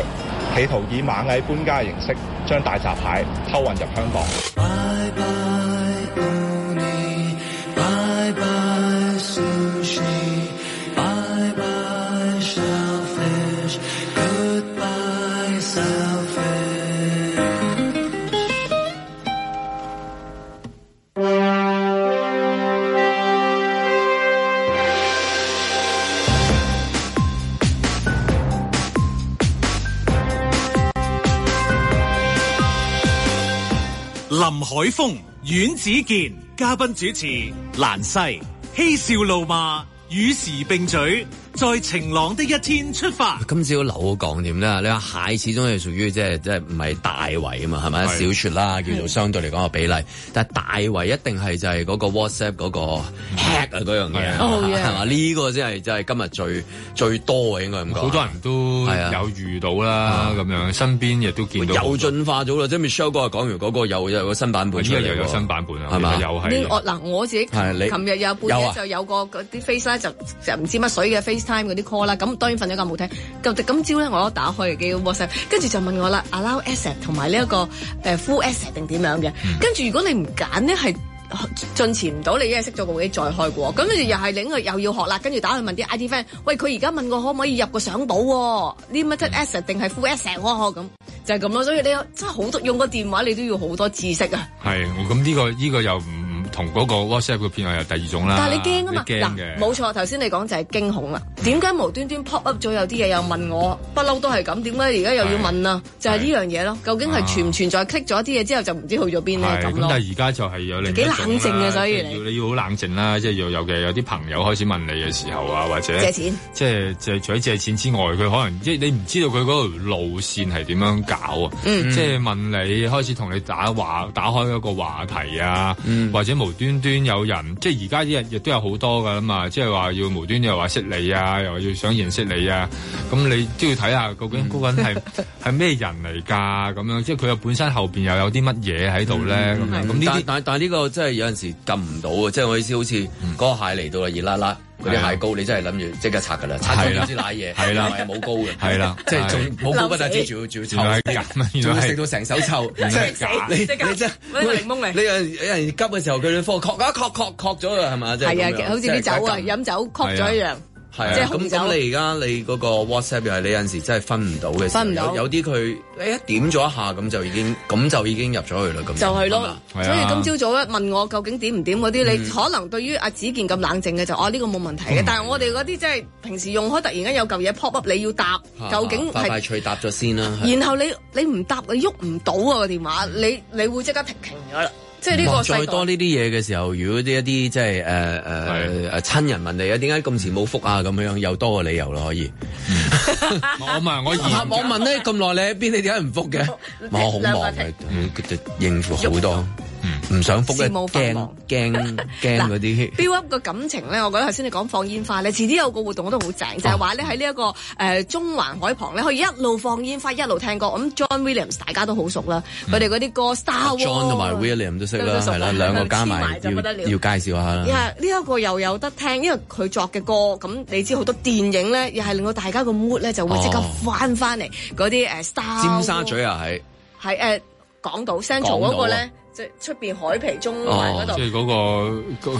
企圖以螞蟻搬家嘅形式將大閘蟹偷運入香港。
Bye bye uni, bye bye sushi, bye bye shellfish, goodbye selfish.
林海峰、阮子健，嘉賓主持蘭西，嬉笑怒罵，與時並舉，在晴朗的一天出發。
今朝樓講點咧？你話蟹始終係屬於即係即係唔係大圍啊嘛，係咪
係
小撮啦，叫做相對嚟講個比例。但係大圍一定係就係嗰個 WhatsApp 嗰個 hack 啊嗰樣嘢，
Oh yeah
係嘛？呢個先係真係今日最最多啊嘅應該咁講。
好多人都
係啊
有遇到啦，咁樣身邊亦都見到好
又
多
進化咗啦，即係 Michelle 嗰日講完嗰個又又有個新版本出嚟
呢
喎，
個又有新版本啊
係嘛？
又係
呢我嗱我自己
係你
琴日有半
有
夜
啊
就有個嗰啲 face 啦，就就唔知乜水嘅 FaceTime 嗰啲 call 啦，咁當然瞓咗覺冇聽。咁今朝咧我一打開嘅 WhatsApp，跟住就問我啦，allow asset 同埋呢一個誒 full asset 定點樣嘅？
嗯
跟住如果你唔揀呢，係。進前唔到，你一係識咗個機再開過，咁跟住又係另一個又要學啦，跟住打去問啲 IT friend，喂佢而家問我可唔可以入個相簿喎？呢 m e t asset 定係 full asset 喎？咁就係咁咯，所以你真係好多用個電話，你都要好多知識啊！
係，咁呢、個呢、個又唔唔同嗰個 WhatsApp 嘅片又第二種啦。
但係你驚啊嘛，
你驚嘅
嗱，冇錯，頭先你講就係驚恐啦。點解無端端 pop up 咗有啲嘢又問我，不嬲都係咁，點解而家又要問啊？就係呢樣嘢咯，究竟
啊
係存唔存在 click 咗啲嘢之後就唔知去咗邊
係
咧咁
咁，
咯
但？係而家就係有另一
幾
種
冷
啦
靜嘅所以
即係要你要好冷靜啦，即係要有嘅有啲朋友開始問你嘅時候啊，或者
借錢，
即係即係除咗借錢之外，佢可能即係你唔知道佢嗰條路線係點樣搞啊，
嗯
即係問你開始同你打話打開一個話題啊，
嗯
嗯
或者無端端有人即係而家啲人亦都有好多㗎啦嘛，即係話要無端端又話識你啊，又話要想認識你啊，咁你都要睇下究
嗯
竟嗰個人係 係咩人嚟㗎咁樣，即係佢又本身後邊又有啲乜嘢喺度咧
嗯
咁樣，嗯咁呢啲
嗯但。但但呢個真係有陣時撳唔到啊！即係我意思，好似
嗯
嗰個蟹嚟到啊啦，熱辣辣嗰啲蟹膏，你真係諗住即刻拆㗎啦，拆咗唔知賴嘢，
啊係啦
係冇膏嘅，
係啦
即係仲冇膏不但止，仲要仲要
原來
臭
係咁，啊原
仲
來
要
係
食到成手臭，即
原來係
係
假
你你
即刻
真
搵個檸檬嚟
你有人有人急嘅時候，佢哋科確啊確確確咗啦，係嘛？即係咁
係
樣
啊，好似啲酒啊，
即係
飲酒 cop 咗一樣。
係啊
即係
咁
紅
咁
酒
你而家你嗰個 WhatsApp 又係你有陣時真係分唔到嘅時候，
分唔到
有有啲佢誒一點咗一下咁就已經咁就已經入咗去啦，咁啊
就係咯，
係
所
嘛
以今朝早一問我究竟點唔點嗰啲，你
嗯
可能對於阿子健咁冷靜嘅就哦呢個冇問 題嘅，但係我哋嗰啲即係平時用開，突然間有嚿嘢 pop up，你要答，究竟
快快
係
脆答咗先啦。係
然後你你唔答你喐唔到啊個電話，你你會即刻停停咗啦，即係呢
哇
個
嗯
世
再多
代。
呢啲嘢嘅時候，如果啲一啲即呃係誒誒誒親人問你啊，點解咁遲冇覆啊？咁樣又多個理由咯，可以。嗯
我 問我
啊
而網 民咧咁耐你喺邊？你點解唔覆嘅？我好
兩個
忙嘅，嗯佢就應付好多。唔想覆咧，
事務繁
驚
忙
驚驚嗰啲。
build up 個感情咧，我覺得頭先你講放煙花咧，遲啲有個活動我都好正，
啊
就係話咧喺呢一個誒、呃中環海旁咧，可以一路放煙花一路聽歌。咁 John Williams 大家都好熟啦，佢哋嗰啲歌 Star
嗯啊 John 同埋
喎
William 都識
都
啦，
熟
係啦，
啦
兩個加埋
黐埋
要
就不得了
要介紹下啦。
啊呀呢一個又有得聽，因為佢作嘅歌，咁你知好多電影咧，又係令到大家個 mood 咧就會即刻
哦
翻翻嚟嗰啲誒 Star
尖沙咀啊，係
係誒港島 Central 嗰個咧，即係出邊海皮中環嗰
即
度
係。嗰個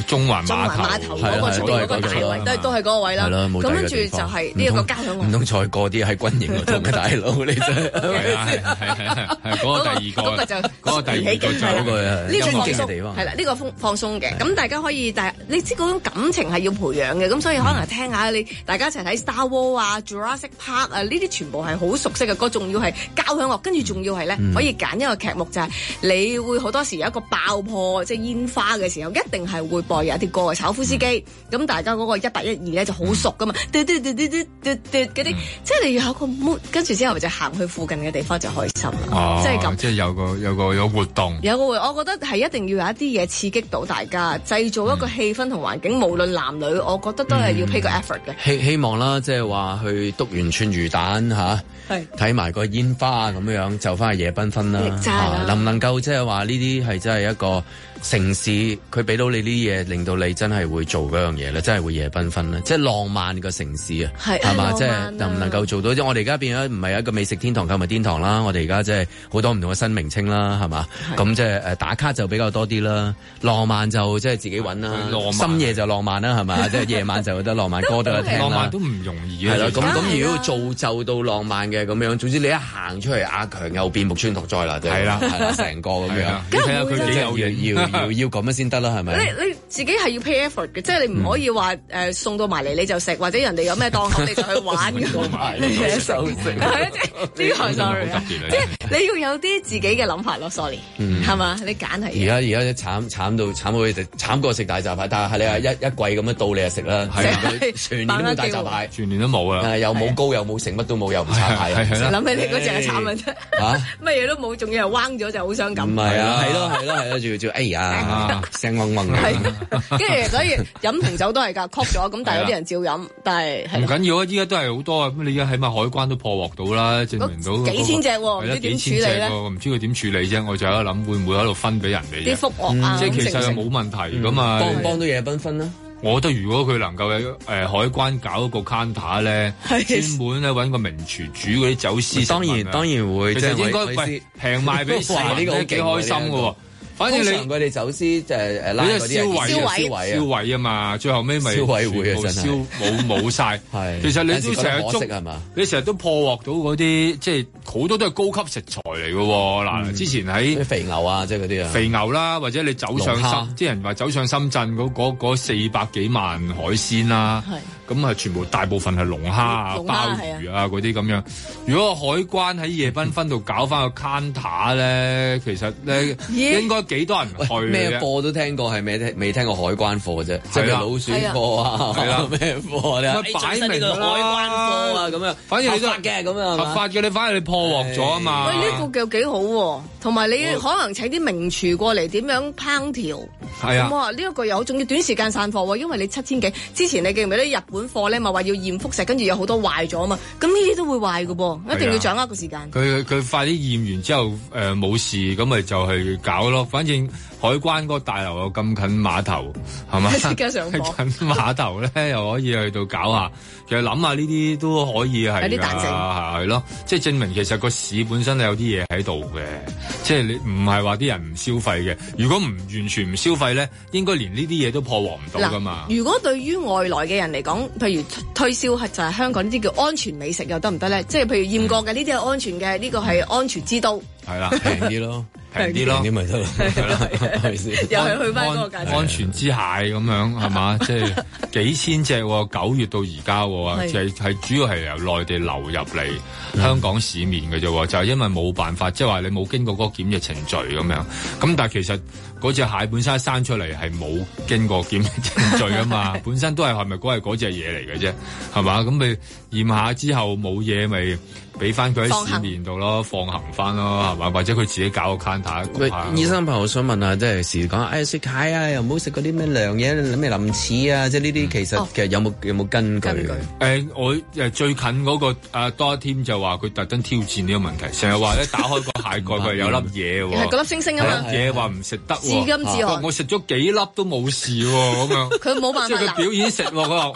中環
中環
碼頭，啊
碼頭嗰個出邊嗰個大圍，都係都係嗰個位啦。
係啦，冇
咁
第二
跟
個
住就
地方嗯
係呢一個交響樂
唔。通再過啲喺軍營嗰度嘅大佬，你 真
係啊係啊係啊係啊嗰個第二個
嗰個就
嗰個第二個就
嗰個
呢個放
嘅
鬆
地方
係啦，呢個放放鬆嘅，咁大家可以，但係你知嗰種感情係要培養嘅，咁所以可能聽下你大家一齊睇 Star War 啊、Jurassic Park 啊，呢啲全部係好熟悉嘅歌，仲要係交響樂，跟住仲要係咧
嗯
可以揀一個劇目就係你會好多時有一個爆破即係煙花嘅時候，一定係會播有一啲歌嘅，炒夫斯基，咁大家嗰個一八一二咧就好熟噶嘛，嘟嘟嘟嘟嘟嘟嘟嗰啲，即係你要有一個 mood，跟住之後就行去附近嘅地方就開心啦，即係咁
哦，。即係有個有個有活動。
有個會，我覺得係一定要有一啲嘢刺激到大家，製造一個氣氛同環境，無論男女，我覺得都係要 pay 個 effort 嘅。
希希望啦，即係話去篤完串魚蛋嚇，
係
睇埋個煙花啊咁樣，就翻去夜繽紛啦。
真係啦
啊能唔能夠即係話呢啲係真係一個城市，佢俾到你呢啲嘢，令到你真係會做嗰樣嘢咧，真係會夜繽紛咧，即係浪漫個城市啊，
係
嘛？
係
即 係
浪漫啊
能唔能夠做到？即係我哋而家變咗唔係一個美食天堂、購物天堂啦，我哋而家即係好多唔同嘅新名稱啦，係嘛？咁即係誒打卡就比較多啲啦，浪漫就即係自己揾啦，
漫
深夜就浪漫啦，係嘛？即係夜晚就有得浪漫歌都有聽啦
浪漫都唔容易啊
係啦，咁
其實
咁如果造就到浪漫嘅咁樣，總之你一行出嚟，阿強又變木村拓哉啦，真係
係啦
係啦，成個咁
係
樣
啊，你睇下佢
即
幾有
係
型
要要要要咁樣先得啦，係咪？
你你自己係要 pay effort 嘅，即係你唔可以話誒、呃送到埋嚟你就食，或者人哋有咩檔口你就去玩咁。
你手食特別
係啊即係呢個 sorry 啊
啊
即係你要有啲自己嘅諗法咯，sorry，
嗯
係嘛？你揀係
而家而家慘慘到慘到食慘過食大閘蟹，但係你話一一季咁樣到你就食啦， 係全年都大閘蟹，啊
全年都冇啦，
又冇高又冇成乜都冇，又唔插蟹，
係
就諗起你嗰隻係慘啊！真係
啊！
乜嘢都冇，仲要係彎咗就好傷感。
唔係啊，係咯係咯係咯，仲要仲要哎呀聲嗡嗡嘅。
跟住所以飲紅酒都係㗎，曲咗咁，但係有啲人照飲，但係係
唔
咯
緊要啊！依家都係好多啊！咁你而家起碼海關都破獲到啦，證明到嗰個
幾千隻喎
係啦
唔知點
幾千隻
處理咧
喎我唔知佢點處理啫，我就喺度諗會唔會喺度分俾人哋啫
啲福樂啊
即係其
咁
實
成
係冇問題咁啊！
幫唔幫到夜繽紛啦？
我覺得如果佢能夠喺誒、呃海關搞一個 counter 咧，專門咧揾個名廚煮嗰啲走私食物啊，
當然當然會
其
即係
實
我
應該
我意
喂
思
平賣俾市
哇呢
民
個好勁喎
咧，幾開心嘅
呢一
喎
個。
反正你
通常佢哋走私誒誒拉
你
嗰
係
啲
燒
人
毀啊，
燒毀
燒
啊。
毀啊嘛，最後尾咪
消委會啊
全部
真係
燒冇冇晒。
係
其實你
有時
都
覺
成
得
日
可惜啊
捉
係嘛？
你成日都破獲到嗰啲，即係好多都係高級食材嚟嘅喎。
嗯
嗱，之前喺
肥牛啊，即係嗰啲啊，
肥牛啦，或者你走上
龍蝦
深，啲人話走上深圳嗰嗰嗰四百幾萬海鮮啦，咁啊全部大部分係龍蝦啊、
龍蝦
鮑
係啊
魚啊嗰啲咁樣。如果海關喺夜繽紛度搞翻個 counter 咧，其實咧
咦
應該幾多人去嘅
咩貨都聽過，係未聽未聽過海關貨啫，即係譬如老鼠貨
係
啊哎
啦，
咩貨咧？
咪擺明
個
啦
海關貨啊，咁樣，
反正你都
合法嘅咁樣，
合法嘅，你反而你破獲咗啊嘛。
喂，呢個叫幾好喎，同埋你可能請啲名廚過嚟點樣烹調，
係啊
咁啊呢一個又好仲要短時間散貨喎，因為你七千幾，之前你記唔記得日本貨咧咪話要驗輻射，跟住有好多壞咗啊嘛，咁呢啲都會壞嘅噃，一定要掌握個時 間。
佢佢快啲驗完之後，誒、呃冇事，咁咪就去搞咯。反正海關嗰個大樓又咁近碼頭，係嘛？
即刻 上課
近碼頭咧，又可以去到搞下。其實諗下呢啲都可以係
有啲彈性
㗎係咯。即係證明其實個市本身係有啲嘢喺度嘅，即係你唔係話啲人唔消費嘅。如果唔完全唔消費咧，應該連呢啲嘢都破獲唔到㗎嘛。
如果對於外來嘅人嚟講，譬如推銷係就係香港呢啲叫安全美食又得唔得咧？即係譬如驗過嘅呢啲係安全嘅，呢個係安全之都。
係啦，
平啲咯，
平 啲咯，
平啲咪 得咯，
係啦，
係咪先？
又係去返嗰個價錢
安全之蟹咁樣 係嘛？即係幾千隻喎，九月到而家
係
喎，就係係主要係由內地流入嚟香港市面嘅啫喎，就係因為冇辦法，即係話你冇經過嗰個檢疫程序咁樣。咁但係其實嗰隻蟹本身生出嚟係冇經過檢疫程序 啊嘛，本身都係係咪嗰係嗰隻嘢嚟嘅啫，係嘛？咁咪驗下之後冇嘢咪俾翻佢
放
喺市
行
面度咯，放行翻咯，係嘛？或者佢自己搞個 counter
喂
焗下，
醫生朋友想問啊下，即係時講，誒食蟹啊，又唔好食嗰啲咩涼嘢，咩林柿啊，即係呢啲其實其實有冇有冇根據嘅？
誒、我誒最近嗰、個誒多添就話佢特登挑戰呢個問題，成日話咧打開個蟹蓋佢係有粒嘢 喎，
係嗰粒星星啊嘛
有粒嘢話唔食得喎，
自甘自
我
寒
我食咗幾粒都冇事喎，咁樣
佢冇辦法
即係佢表演食喎，佢話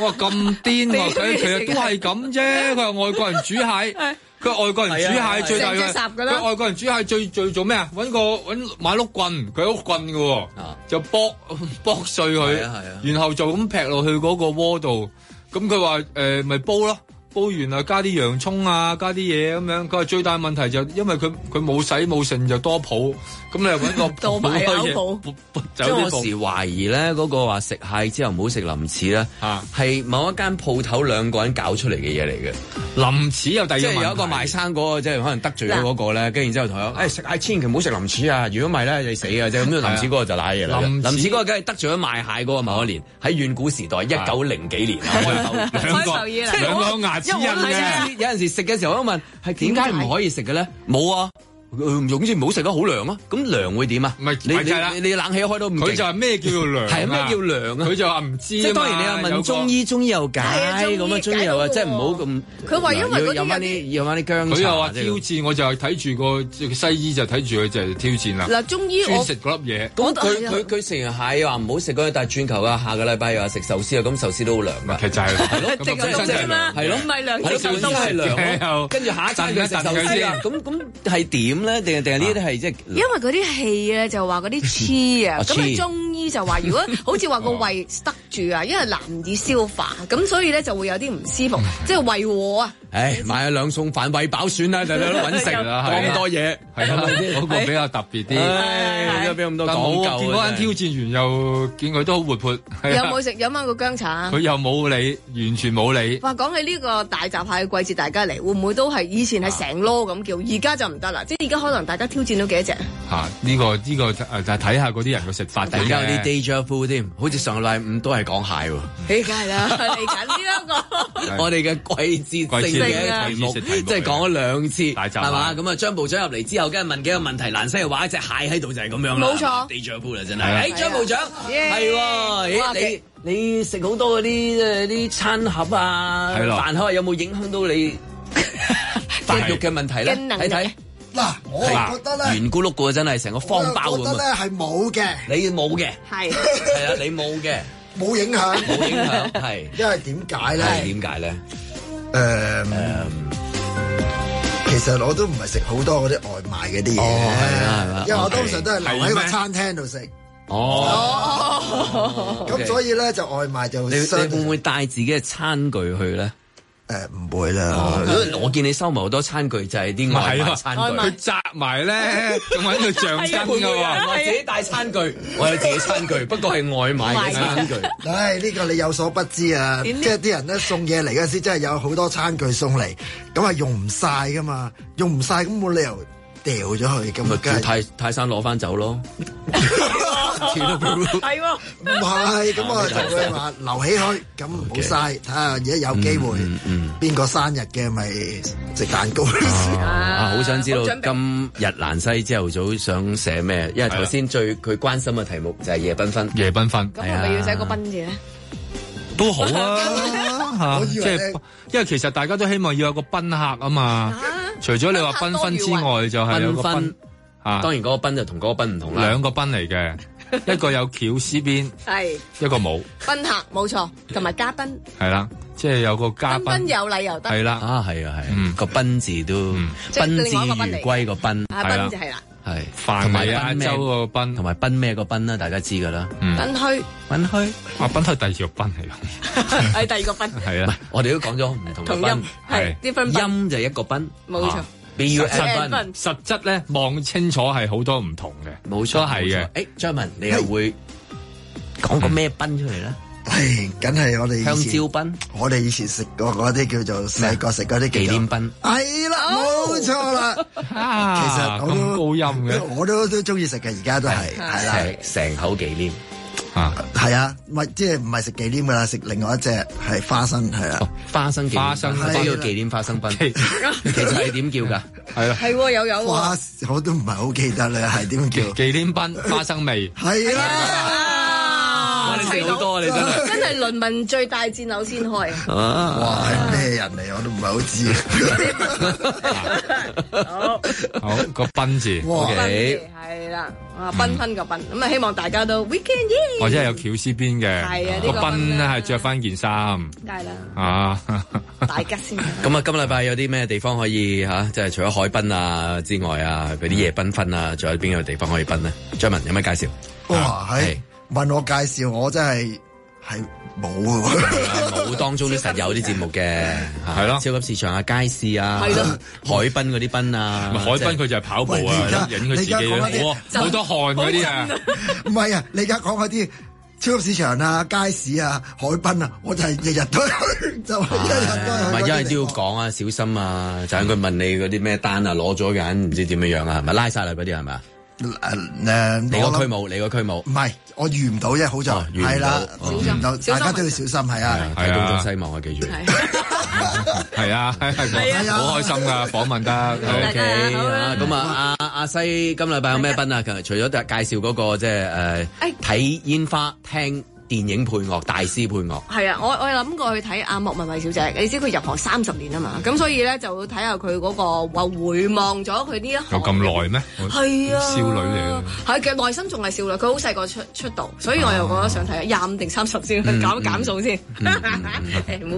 我話咁癲喎，
俾
佢
佢
其實
食
都係咁啫，佢話外國人煮蟹。佢話外國人煮
啊係啊係啊
蟹最大
成隻
嘅
霎，㗎啦
佢外國人煮蟹最最做咩啊？揾個揾買碌棍，佢有碌棍嘅喎，就剝 剝碎佢
啊係啊係啊，
然後就咁劈落去嗰個鍋度。咁佢話誒咪煲咯，煲完啊加啲洋葱啊，加啲嘢咁樣。佢話最大問題就因為佢佢冇洗冇剩就多泡，咁你又 揾個
多埋
好多
有
嘢
泡
卜卜
即
走
係
啲
我
泡
時懷疑咧，嗰個話食蟹之後唔好食林柿咧，係某一間鋪頭兩個人搞出嚟嘅嘢嚟嘅。
林柿有第二個
即係有一個
問題啊
賣生果嘅，即係可能得罪咗嗰個咧，跟住然之後同佢講：誒哎食蟹千祈唔好食林柿啊！如果唔係咧，你死啊！就咁樣林柿嗰個就賴嘢啦。林
林柿
柿嗰個梗係得罪咗賣蟹嗰個某一年，喺遠古時代一九零幾年 啊開頭
兩個兩個牙齒印嘅。
有陣時食嘅時候，我都問係點解唔可以食嘅咧？冇啊，誒總之唔好食得好涼啊！咁涼會點啊？唔係
咪就係啦
你你你冷氣開到唔勁
佢就係咩叫做涼啊
係咩叫涼啊？
佢就話唔知啊
即係當然
嘛
你又
有
問
個
中醫，中醫又解
係啊中醫
咁啊，中醫又話即係唔好咁。
佢話因為嗰啲
要飲翻
有
啲，飲翻啲薑
佢
茶
又話
即
挑
係
戰，我就係睇住個即係西醫就睇住佢就係挑戰啦。
嗱中醫我
專食嗰粒嘢，
咁佢
啊
佢佢食完蟹又話唔好食嗰啲，但係轉頭啊，下個禮拜又話食壽司啊，咁壽司都好涼㗎。
其實 就係
係咯，
直頭咁啫嘛
係咯，
唔係涼
係
直頭
咯
都係
啊係涼咯。跟住下一餐佢食壽司啊，咁咁係點咧？定係定係呢啲係即係
嗯
因為嗰啲氣咧就話嗰啲黐啊，
啊
咁啊
黐
中醫就話如果 好似話個
哦
胃塞住啊，因為難以消化，咁所以咧就會有啲唔舒服，
嗯
即係胃和 啊。
唉，買咗兩餸飯餵飽算啦， 就兩揾食啦，
係啊
講咁多嘢
係啊嗰個比較特別啲。
哎唉有咁多講究啊
見嗰間挑戰完又見佢都好活潑，係啊
有冇食飲翻個薑茶啊
佢？又冇理，完全冇理。
話講起呢個大閘蟹嘅季節，大家嚟會唔會都係以前係
啊
成籮咁叫，而家就唔得啦。即係而家可能大家挑戰到 幾多隻？
嚇！呢個呢個誒就係睇下嗰啲人嘅食法
突然間有啲 deja vu 添，好似上個禮拜五都係講蟹喎。
誒，梗係 啦，嚟緊呢一個。
我哋嘅季節性嘅題目，
季節性嘅題目
即係講咗兩次，
閘
係嘛？咁啊，張部長入嚟之後，跟住問幾個問題，蘭西話一隻蟹喺度就係咁樣啦，
冇錯
地丈夫啦，真
係啊
係。誒，張部長，
耶
係喎，
哇
咦你你食好多嗰啲誒啲餐盒啊、
係咯
飯盒啊，有冇影響到你發育嘅問題咧？
嘅能力
睇睇，
嗱，我係覺得咧，
圓咕碌嘅喎真係成個方包
我覺得
咁
咧
啊！
係冇嘅，
你冇嘅，
係
係啊，你冇嘅，
冇影響，
冇影響，係
因為點解
係
咧？
點解咧？
誒，其實我都唔係食好多嗰啲外賣嗰啲嘢
哦係啊係啊
嘅，因為我通常都係留喺
係
個
咩
餐廳度食，
哦。
哦
咁所以咧就外賣就
你你
相
會唔會帶自己嘅餐具去咧？
誒唔會啦
因為我見你收埋好多餐具，就係啊啲外賣餐具。
佢啊扎埋咧， 仲揾佢橡筋
會
㗎
唔會有人話
喎。
自己帶餐具，我有自己餐具，不過係外賣嘅餐具。
唉，呢個你有所不知啊！即
點呢
係啲人咧送嘢嚟嗰陣時，真係有好多餐具送嚟，咁啊用唔晒噶嘛，用唔晒咁冇理由掉咗佢咁
咪
啊，梗
叫
係
泰泰山攞翻走咯。
係喎，
唔係咁
哦
我就會話留起佢，咁唔好晒。睇下而家有機會
嗯
邊個生日嘅咪食蛋糕
啊！好想知道
好準備
今日蘭西朝頭早想寫咩？因為頭先最佢關心嘅題目就係夜繽紛。
夜繽紛
咁係咪要寫個賓字咧？
都 好啊，嚇
我
即
以為
係因為其實大家都希望要有個賓客啊嘛。除咗你話繽紛之外，就係有啊個啊
繽
賓
紛
嚇。
當然嗰個賓就同嗰個賓唔同啦。
兩個賓 嚟嘅，一個有巧思邊，
係
一個冇，
賓客冇錯，同埋嘉賓，
係啦，即係有個嘉
賓賓
賓。
有禮又得。
係啦，
啊係啊係，個賓字都
即係
賓
另外一個
至
賓嚟
如歸個賓，
啊賓就係啦，
係
飯
同埋
米亞
賓咩
洲啊個賓，
同埋嗯賓咩個賓啦，大家知噶啦。
嗯
賓 虛
賓虛，
啊賓虛第二個賓嚟㗎，
係哎第二個賓，
係啊，
我哋都講咗唔同嘅
同
賓
音，係啲分賓
音就一個賓，
冇錯
啊 B U
實
S
質
賓，
實質咧望清楚係好多唔同嘅，
冇
錯係嘅。
誒張文哎你又會講個咩賓出嚟咧？
唉，梗係我哋以前
香蕉賓，
我哋以前食過嗰啲叫做細個食嗰啲
忌廉賓，
係啦，冇錯啦。
啊
其實我都
高音
嘅，我都都中意食嘅，而家都係係啦。
成成口忌廉。
啊，
係啊，唔係即係唔係食忌廉噶啦，食另外一隻係花生，係啊，
哦花生忌廉花生
係啦
即係叫忌廉花生賓， 其實係點叫㗎？
係
係喎，有有
花
喎，
我都唔係好記得啦，係 點叫？
忌廉賓花生味，
係
啊
哇你食好多啊你真係
真係鄰民最大戰友先開啊！
哇，係咩人嚟？我都唔係好知。
好個賓字
哇
，OK，
係啦，啊，繽紛個繽，咁啊，希望大家都 weekend 耶！
我真係有巧思邊
係啊
嘅，
呢
個
個
賓咧係着翻件衫
嗯
梗係啦，
啊，
大吉先。
咁啊，今禮拜有啲咩地方可以嚇？即係除咗海濱啊之外啊，嗰啲夜繽紛啊，仲有邊個地方可以奔呢？張文有咩介紹？
哇，係問我介紹，我真係係冇喎。
冇當啊中都實有啲節目嘅，係咯，超級市場啊、街市啊、
係咯
海濱嗰啲濱啊，
咪海濱佢就係跑步啊
喂你而家
引佢自己
你而家講緊啲
哇好多汗嗰啲啊，
唔係啊，你而家講嗰啲超級市場啊、街市啊、海濱啊，我就係日日都去，就
唔
係日日都去嗰啲地方。
係，因為都要講啊，小心啊！就係佢問你嗰啲咩單啊，攞咗嘅人唔知點樣樣啊，係咪拉晒啦嗰啲係咪啊？
誒，
你個區冇，你個區冇
唔。係，我遇唔到啫，好在
哦遇唔到
係啦，
哦
遇唔到，
小心
大家都要小心，係啊。
睇東張西望啊，記住。
係啊，係係好開心噶，訪問得
O K 啊，咁啊，阿阿西今禮拜有咩賓啊？其實除咗介紹嗰個即係誒睇煙花、聽電影配樂、大師配樂，
係啊，我我諗過去睇阿莫文蔚小姐，你知佢入行三十年啊嘛，咁所以咧就睇下佢嗰個話回望咗佢呢一
有
行
咁耐咩？我
係啊
少女嚟嘅。
係嘅，內心仲係少女，佢好細個出出道，所以我又覺得想睇啊廿五定三十先，
嗯
減減數先， 冇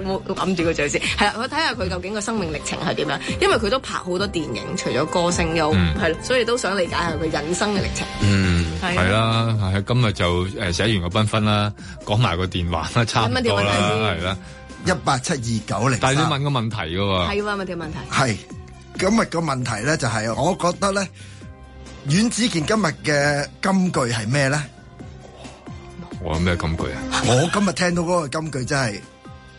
冇揞住個嘴先。係啦，啊我睇下佢究竟個生命歷程係點樣，因為佢都拍好多電影，除咗歌星又
嗯
係啦，所以都想理解下佢人生嘅歷程。
嗯，
係
係啦，係今日就誒寫完個繽紛啦，講埋個電話啦，差唔多
咁
啦，
啊
係啦，
一八七二九零。
但係你問個問題嘅喎，
係喎，咪條問題。
係今日個問題咧，就係我覺得咧，阮子健今日嘅金句係咩咧？
我有咩金句啊？
我今日聽到嗰個金句真係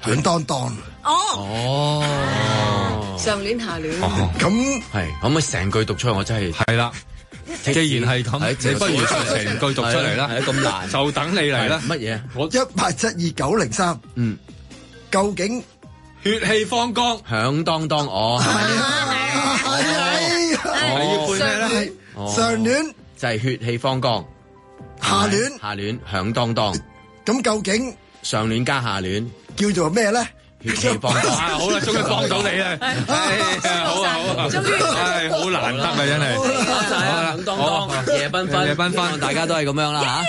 響當當。
哦，
哦，
上戀下戀，
咁
係可唔可以成句讀出嚟？我真係
係啦。既然 係
哎係
咁，你不如就成句讀出嚟啦。
係啊咁難
就等你嚟啦。
乜嘢？
我
一八七二九零三。
嗯，
究竟
血氣方剛，
響當當我
哎係
係要
配咩咧？哎上戀
就係血氣方剛，
下戀，
下戀響當當，
咁究竟
上戀加下戀，
叫做咩咧？
血氣方剛。
啊，好啦，終於幫到你啦！哎好啊，好啊，唉，好難得啊，真係。
多謝啊，響當當，夜繽紛，
夜繽紛
希望大家都係咁樣啦嚇。